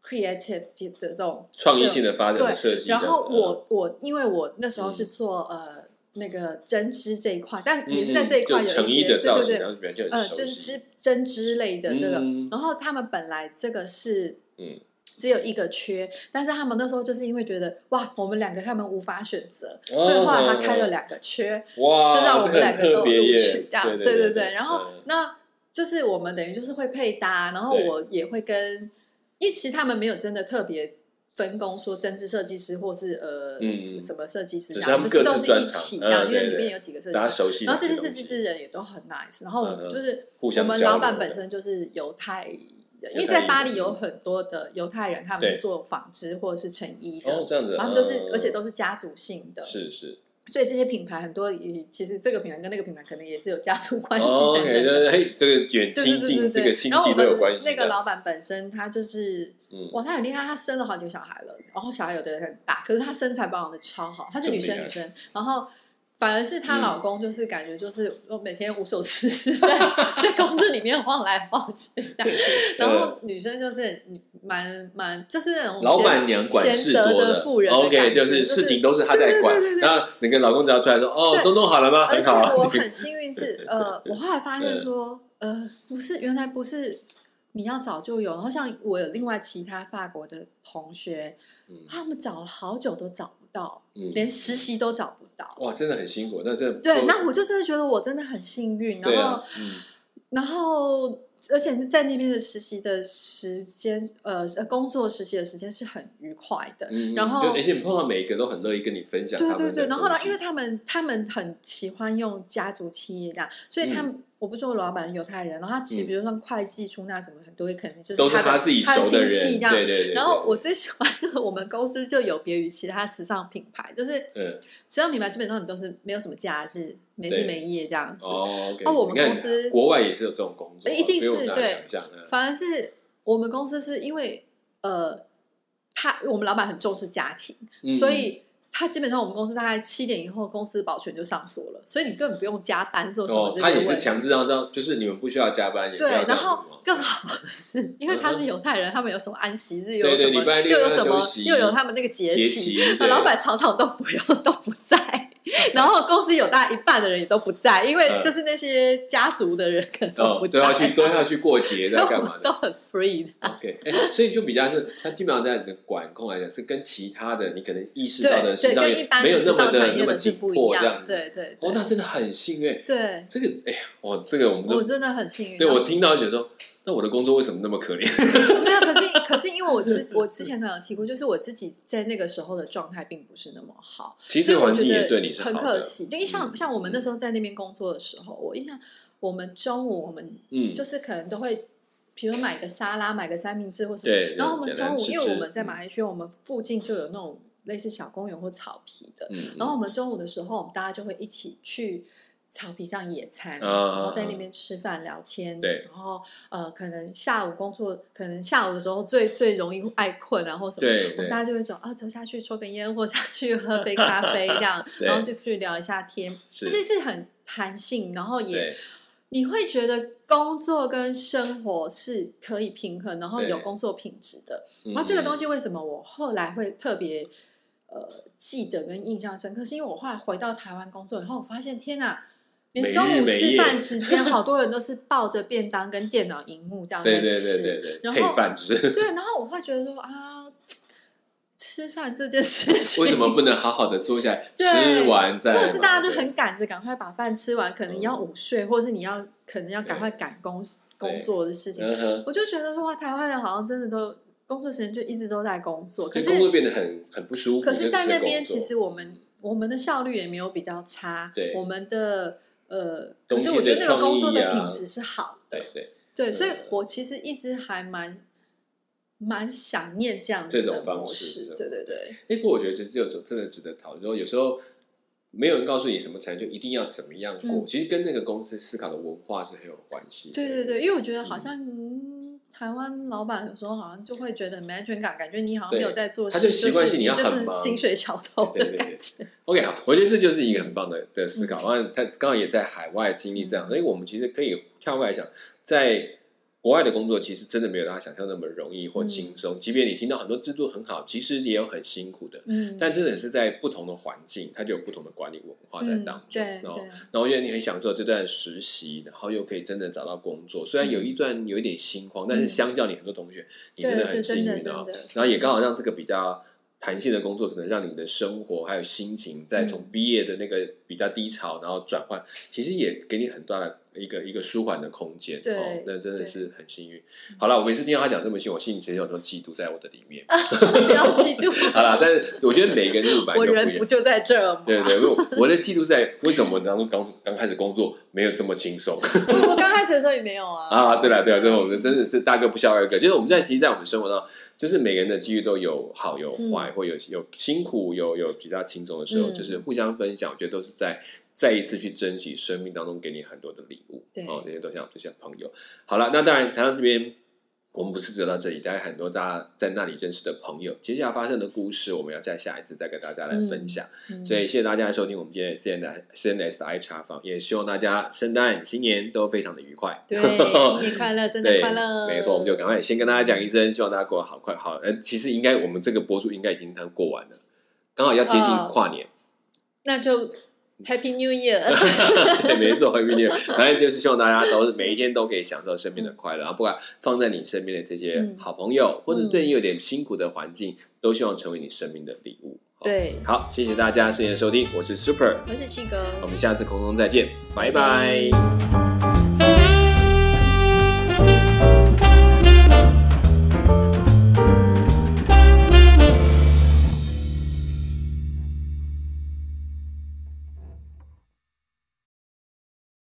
Speaker 2: creative 的这种
Speaker 1: 创意性的发展
Speaker 2: 对
Speaker 1: 的设计的。
Speaker 2: 然后
Speaker 1: 嗯
Speaker 2: 我我因为我那时候是
Speaker 1: 嗯
Speaker 2: 做呃那个针织这一块，但
Speaker 1: 嗯
Speaker 2: 也是在
Speaker 1: 嗯
Speaker 2: 这一块有
Speaker 1: 就
Speaker 2: 一
Speaker 1: 成衣
Speaker 2: 些
Speaker 1: 的
Speaker 2: 对
Speaker 1: 造
Speaker 2: 对
Speaker 1: 型，
Speaker 2: 对
Speaker 1: 然，后表现很
Speaker 2: 呃，
Speaker 1: 熟
Speaker 2: 就是
Speaker 1: 悉
Speaker 2: 织针织类的这个。
Speaker 1: 嗯
Speaker 2: 然后他们本来这个是
Speaker 1: 嗯
Speaker 2: 只有一个缺，但是他们那时候就是因为觉得哇，我们两个他们无法选择，
Speaker 1: 哦
Speaker 2: 所以后来他开了两个缺，
Speaker 1: 哇，
Speaker 2: 就让
Speaker 1: 哦啊这
Speaker 2: 我们
Speaker 1: 个
Speaker 2: 两
Speaker 1: 很
Speaker 2: 个都
Speaker 1: 特
Speaker 2: 录
Speaker 1: 别耶
Speaker 2: 取掉。
Speaker 1: 对
Speaker 2: 对
Speaker 1: 对
Speaker 2: 对，然后
Speaker 1: 嗯
Speaker 2: 那就是我们等于就是会配搭，然后
Speaker 1: 对
Speaker 2: 我也会跟，因为其实他们没有真的特别。分工说针织设计师或是呃、
Speaker 1: 嗯嗯
Speaker 2: 什么设计师，
Speaker 1: 只
Speaker 2: 这
Speaker 1: 是
Speaker 2: 样
Speaker 1: 他们
Speaker 2: 就是
Speaker 1: 各
Speaker 2: 都
Speaker 1: 自
Speaker 2: 是
Speaker 1: 专
Speaker 2: 一
Speaker 1: 长
Speaker 2: 起，
Speaker 1: 嗯
Speaker 2: 然后因为
Speaker 1: 对
Speaker 2: 里
Speaker 1: 对
Speaker 2: 面有几个设计
Speaker 1: 大家
Speaker 2: 师，
Speaker 1: 熟悉哪
Speaker 2: 然后
Speaker 1: 些
Speaker 2: 这些设
Speaker 1: 东
Speaker 2: 计
Speaker 1: 西
Speaker 2: 师人也都很 nice，然后我们
Speaker 1: 嗯嗯
Speaker 2: 就是
Speaker 1: 互
Speaker 2: 我
Speaker 1: 相
Speaker 2: 们
Speaker 1: 交
Speaker 2: 老
Speaker 1: 流
Speaker 2: 板
Speaker 1: 的
Speaker 2: 本身就是犹太人，
Speaker 1: 犹
Speaker 2: 因为
Speaker 1: 太
Speaker 2: 在巴
Speaker 1: 裔
Speaker 2: 黎有很多的犹太人，他们
Speaker 1: 对
Speaker 2: 是做纺织或者是成衣的，
Speaker 1: 哦这样子，
Speaker 2: 然后他们都是、
Speaker 1: 嗯
Speaker 2: 而且都是家族性的，
Speaker 1: 是是
Speaker 2: 所以这些品牌很多也其实这个品牌跟那个品牌可能也是有家族 (laughs) 关系
Speaker 1: 哦
Speaker 2: 等等
Speaker 1: ，OK，
Speaker 2: 的。
Speaker 1: 就是嘿，这个远
Speaker 2: 对
Speaker 1: 亲
Speaker 2: 对对对
Speaker 1: 近这
Speaker 2: 对
Speaker 1: 个，亲
Speaker 2: 然后
Speaker 1: 戚
Speaker 2: 我
Speaker 1: 都
Speaker 2: 们
Speaker 1: 有关系的。
Speaker 2: 那个老板本身他就是，
Speaker 1: 嗯
Speaker 2: 哇，他很厉害，他生了好几个小孩了，然后小孩有的人很大，可是他身材保养的超好，她是女生
Speaker 1: 这么厉害
Speaker 2: 女生，然后。反而是她
Speaker 1: 啊嗯
Speaker 2: 老公，就是感觉就是我每天无所事
Speaker 1: (laughs)
Speaker 2: 事，在在公司里面晃来晃去这样。然后女生就是蛮蛮，就是那种
Speaker 1: 老板
Speaker 2: 贤
Speaker 1: 娘管事
Speaker 2: 贤德
Speaker 1: 多
Speaker 2: 的
Speaker 1: 的
Speaker 2: 妇人的感
Speaker 1: OK，
Speaker 2: 觉
Speaker 1: 就是事情都是她在管
Speaker 2: 对对对对。
Speaker 1: 然后你跟老公只要出来说：“哦
Speaker 2: 对，
Speaker 1: 都弄好了吗？”
Speaker 2: 而
Speaker 1: 很
Speaker 2: 且
Speaker 1: 好啊。嗯
Speaker 2: 我
Speaker 1: 这个
Speaker 2: 很幸运是，
Speaker 1: (laughs)
Speaker 2: 呃，我后来发现说，呃，不是，原来不是你要找就有。然后像我有另外其他法国的同学，
Speaker 1: 嗯
Speaker 2: 他们找了好久都找不到，
Speaker 1: 嗯，
Speaker 2: 连实习都找不到。
Speaker 1: 哇，真的很辛苦。那这
Speaker 2: 对，那我就真的觉得我真的很幸运。
Speaker 1: 对
Speaker 2: 然后
Speaker 1: 啊，，嗯，
Speaker 2: 然后。而且在那边的实习的时间，呃，呃工作实习的时间是很愉快的。
Speaker 1: 嗯
Speaker 2: 然后
Speaker 1: 就而且你碰到每一个都很乐意跟你分享他
Speaker 2: 对
Speaker 1: 们的东
Speaker 2: 对
Speaker 1: 西。
Speaker 2: 对，然后呢，因为他们他们很喜欢用家族企业这样，所以他们、我不是说我老板是犹太人，然后他其实
Speaker 1: 嗯
Speaker 2: 比如说像会计、出纳什么，很多可能就是
Speaker 1: 都是
Speaker 2: 他
Speaker 1: 他
Speaker 2: 的
Speaker 1: 自己
Speaker 2: 他的
Speaker 1: 熟的
Speaker 2: 亲
Speaker 1: 人，对
Speaker 2: 戚这样。
Speaker 1: 对对。对
Speaker 2: 然后我最喜欢的，我们公司就有别于其他时尚品牌，就是
Speaker 1: 嗯
Speaker 2: 时尚品牌基本上你都是没有什么假日，没日
Speaker 1: 对
Speaker 2: 没夜这样子，
Speaker 1: 哦，OK，
Speaker 2: (laughs) 哦我们
Speaker 1: 你看
Speaker 2: 公司
Speaker 1: 国外也是有这种工作啊，
Speaker 2: 一定是
Speaker 1: 所以我们大家
Speaker 2: 对
Speaker 1: 想象嗯
Speaker 2: 反而是我们公司是因为呃，他我们老板很重视家庭，
Speaker 1: 嗯
Speaker 2: 所以它基本上我们公司大概七点以后，公司保全就上锁了，所以你根本不用加班做什么
Speaker 1: 哦，
Speaker 2: 这
Speaker 1: 他
Speaker 2: 些
Speaker 1: 也
Speaker 2: 问
Speaker 1: 是
Speaker 2: 题。
Speaker 1: 强制让让，就是你们不需要加班，也不
Speaker 2: 对
Speaker 1: 要，这哦
Speaker 2: 然
Speaker 1: 样子
Speaker 2: 后
Speaker 1: 嘛
Speaker 2: 更好的是，因为他是犹太人，他们有什么安息日，又
Speaker 1: 对对
Speaker 2: 有什么
Speaker 1: 礼拜六
Speaker 2: 又有
Speaker 1: 要
Speaker 2: 什么
Speaker 1: 休息，
Speaker 2: 又有他们那个节
Speaker 1: 节气，
Speaker 2: 气，
Speaker 1: 对
Speaker 2: 老板常常都不用都不
Speaker 1: (laughs)
Speaker 2: 在，然后公司有大概一半的人也都不在，因为
Speaker 1: 嗯
Speaker 2: 就是那些家族的人可能
Speaker 1: (laughs)
Speaker 2: 都
Speaker 1: 哦
Speaker 2: 不在，
Speaker 1: 都要
Speaker 2: (laughs)
Speaker 1: 去都要去过节在
Speaker 2: 所以
Speaker 1: 干
Speaker 2: 我
Speaker 1: 嘛
Speaker 2: 们都
Speaker 1: 的
Speaker 2: 很 free 的。
Speaker 1: ？OK，哎，所以就比较是，它基本上在你的管控来讲，是跟其他的你可能意识到的
Speaker 2: 对
Speaker 1: 时
Speaker 2: 对，
Speaker 1: 尚
Speaker 2: 跟一
Speaker 1: 业
Speaker 2: 般
Speaker 1: 没有
Speaker 2: 时
Speaker 1: 那么
Speaker 2: 尚
Speaker 1: 的
Speaker 2: 产
Speaker 1: 那
Speaker 2: 业
Speaker 1: 么
Speaker 2: 的是
Speaker 1: 紧
Speaker 2: 不
Speaker 1: 迫
Speaker 2: 一
Speaker 1: 这样
Speaker 2: 样，
Speaker 1: 子。
Speaker 2: 对对
Speaker 1: 哦，那
Speaker 2: 对
Speaker 1: 真的很幸运。
Speaker 2: 对，
Speaker 1: 这个哎呀，我这个我们
Speaker 2: 我
Speaker 1: 都
Speaker 2: 真的很幸运。
Speaker 1: 对我听到就觉得说，那我的工作为什么那么可
Speaker 2: (laughs)
Speaker 1: 怜？
Speaker 2: 没有，可是可是因为我之我之前可能有提过，就是我自己在那个时候的状态并不是那么好，
Speaker 1: 其实
Speaker 2: 所以我
Speaker 1: 环
Speaker 2: 觉
Speaker 1: 境也
Speaker 2: 得
Speaker 1: 对你是好
Speaker 2: 很可
Speaker 1: 的，嗯
Speaker 2: 惜。因为像像我们那时候在那边工作的时候，我印象我们中午我们
Speaker 1: 嗯，
Speaker 2: 就是可能都会，比如买个沙拉，买个三明治或什么。
Speaker 1: 对。
Speaker 2: 然后我们
Speaker 1: 简单
Speaker 2: 中午，
Speaker 1: 吃
Speaker 2: 因为
Speaker 1: 吃嗯
Speaker 2: 我们在马来西亚，我们附近就有那种类似小公园或草皮的。
Speaker 1: 嗯，嗯
Speaker 2: 然后我们中午的时候，我们大家就会一起去草皮上野餐，
Speaker 1: 啊
Speaker 2: 然后在那边吃饭聊天。
Speaker 1: 对
Speaker 2: 然后呃，可能下午工作，可能下午的时候最最容易爱困啊，或什么。
Speaker 1: 对
Speaker 2: 我们
Speaker 1: 对
Speaker 2: 大家就会说啊，走下去抽根烟，或下去喝杯咖
Speaker 1: (laughs)，
Speaker 2: 啡这样
Speaker 1: 对
Speaker 2: 然后就去聊一下天，
Speaker 1: 是
Speaker 2: 其实是很弹性，然后也
Speaker 1: 对
Speaker 2: 你会觉得工作跟生活是可以平衡，然后有
Speaker 1: 对
Speaker 2: 工作品质的。
Speaker 1: 嗯
Speaker 2: 然后这个东西为什么我后来会特别呃记得跟印象深刻，是因为我后来回到台湾工作以后，我发现天哪，
Speaker 1: 每
Speaker 2: 连
Speaker 1: 日
Speaker 2: 中午
Speaker 1: 每
Speaker 2: 吃
Speaker 1: 夜
Speaker 2: 饭时间，好多人都是抱着便当跟电脑荧幕这样在
Speaker 1: 对
Speaker 2: 吃。
Speaker 1: 对对对对，
Speaker 2: 然
Speaker 1: 配
Speaker 2: 后
Speaker 1: 饭吃，
Speaker 2: 对然后我会觉得说啊，吃饭这件事情
Speaker 1: 为什么不能好好的坐下来
Speaker 2: (laughs) 对
Speaker 1: 吃完再
Speaker 2: 或
Speaker 1: 嘛？
Speaker 2: 者是大家都
Speaker 1: 对嗯
Speaker 2: 很赶着赶快把饭吃完，可能要午睡，或者是你要可能要赶快赶工工作的事情。
Speaker 1: 嗯哼，
Speaker 2: 我就觉得说哇，台湾人好像真的都工作时间就一直都在工作，可
Speaker 1: 可
Speaker 2: 是
Speaker 1: 是工作变得很很不舒服。
Speaker 2: 可是，在
Speaker 1: 就
Speaker 2: 那
Speaker 1: 工
Speaker 2: 边
Speaker 1: 作
Speaker 2: 其实我们我们的效率也没有比较差，
Speaker 1: 对
Speaker 2: 我们的呃，
Speaker 1: 冬
Speaker 2: 可
Speaker 1: 天
Speaker 2: 是
Speaker 1: 的
Speaker 2: 我觉得那个工作的
Speaker 1: 创意啊
Speaker 2: 品质是好的，
Speaker 1: 对对
Speaker 2: 对，
Speaker 1: 嗯
Speaker 2: 所以我其实一直还蛮蛮想念这样
Speaker 1: 这
Speaker 2: 子的
Speaker 1: 种方
Speaker 2: 模
Speaker 1: 式
Speaker 2: 式，
Speaker 1: 这种
Speaker 2: 对对对，
Speaker 1: 哎，不过我觉得这这种真的值得讨论。说有时候没有人告诉你什么才就一定要怎么样过，
Speaker 2: 嗯
Speaker 1: 其实跟那个公司思考的文化是很有关系的。
Speaker 2: 对对对，因为我觉得好像、嗯台湾老板有时候好像就会觉得没安全感，感觉你好像没有
Speaker 1: 对
Speaker 2: 在做事，
Speaker 1: 他就习惯
Speaker 2: 是
Speaker 1: 性你
Speaker 2: 你
Speaker 1: 要
Speaker 2: 就
Speaker 1: 很
Speaker 2: 是
Speaker 1: 忙
Speaker 2: 薪水小偷
Speaker 1: 对
Speaker 2: 的
Speaker 1: 对对
Speaker 2: 感觉。
Speaker 1: OK，好，我觉得这就是一个很棒的的思考。当然，他刚刚也在海外经历这
Speaker 2: 嗯
Speaker 1: 样，所以我们其实可以跳过来讲，在国外的工作其实真的没有大家想象那么容易或轻
Speaker 2: 嗯
Speaker 1: 松。即便你听到很多制度很好，其实也有很辛苦的。
Speaker 2: 嗯，
Speaker 1: 但真的是在不同的环境，它就有不同的管理文化在
Speaker 2: 嗯
Speaker 1: 当中。哦
Speaker 2: 对
Speaker 1: 然后
Speaker 2: 对，
Speaker 1: 然后因为你很享受这段实习，然后又可以真的找到工作，虽然有一段有一点心慌，但是相较你很多同学，你真的很幸运
Speaker 2: 嗯对对真的
Speaker 1: 啊
Speaker 2: 真的。
Speaker 1: 然后也刚好让这个比较弹性的工作，可能让你的生活还有心情，在从
Speaker 2: 嗯
Speaker 1: 毕业的那个比较低潮，然后转换，其实也给你很大的一个一个舒缓的空间。
Speaker 2: 对
Speaker 1: 哦，那真的
Speaker 2: 对嗯
Speaker 1: 是很幸运。好了，我每次听到他讲这么幸运，我心里其实有很多嫉妒在我的里面。
Speaker 2: 不要嫉
Speaker 1: (laughs)
Speaker 2: 妒，
Speaker 1: 好了，但是我觉得每个人入版
Speaker 2: 我
Speaker 1: 就不一
Speaker 2: 人
Speaker 1: 样
Speaker 2: 不。啊就在这儿吗？
Speaker 1: 对对，我我的记录在为什么我当初刚刚开始工作没有这么轻松
Speaker 2: 我刚开始的时候也没有啊。
Speaker 1: 啊？对了对了，这我们真的是大哥不笑二哥。就是我们在其实，在我们生活当中，就是每个人的机遇都有好有坏，或有有辛苦，有有比较轻松的时候，
Speaker 2: 嗯
Speaker 1: 就是互相分享，我觉得都是在再一次去珍惜生命当中给你很多的礼物。
Speaker 2: 对
Speaker 1: 哦，这些都像就像朋友。好了，那当然谈到这边。我们不是只有到这里，大家很多大家在那里认识的朋友，接下来发生的故事，我们要在下一次再跟大家来分享。
Speaker 2: 嗯
Speaker 1: 所以谢谢大家收听我们今天的 CNS CNS 的 I 茶坊，也希望大家圣诞、新年都非常的愉快。 (laughs)
Speaker 2: 对，新年快乐，圣诞
Speaker 1: 对
Speaker 2: 快乐。
Speaker 1: 没错，我们就赶快先跟大家讲一声，希望大家过得好快好。呃，其实应该我们这个播出应该已经刚过完了，刚好要接近
Speaker 2: 哦
Speaker 1: 跨年。
Speaker 2: 那就 Happy
Speaker 1: (laughs)
Speaker 2: New Year。
Speaker 1: 对，没错，很命运。反正就是希望大家都是每一天都可以享受身
Speaker 2: 嗯
Speaker 1: 边的快乐，然后不管放在你身边的这些好朋友，或者是对
Speaker 2: 嗯
Speaker 1: 你有点辛苦的环境，都希望成为你生命的礼物。好，
Speaker 2: 对，
Speaker 1: 好，谢谢大家，谢谢收听，我是 Super，
Speaker 2: 我是七哥。
Speaker 1: 我们下次空中再见，拜拜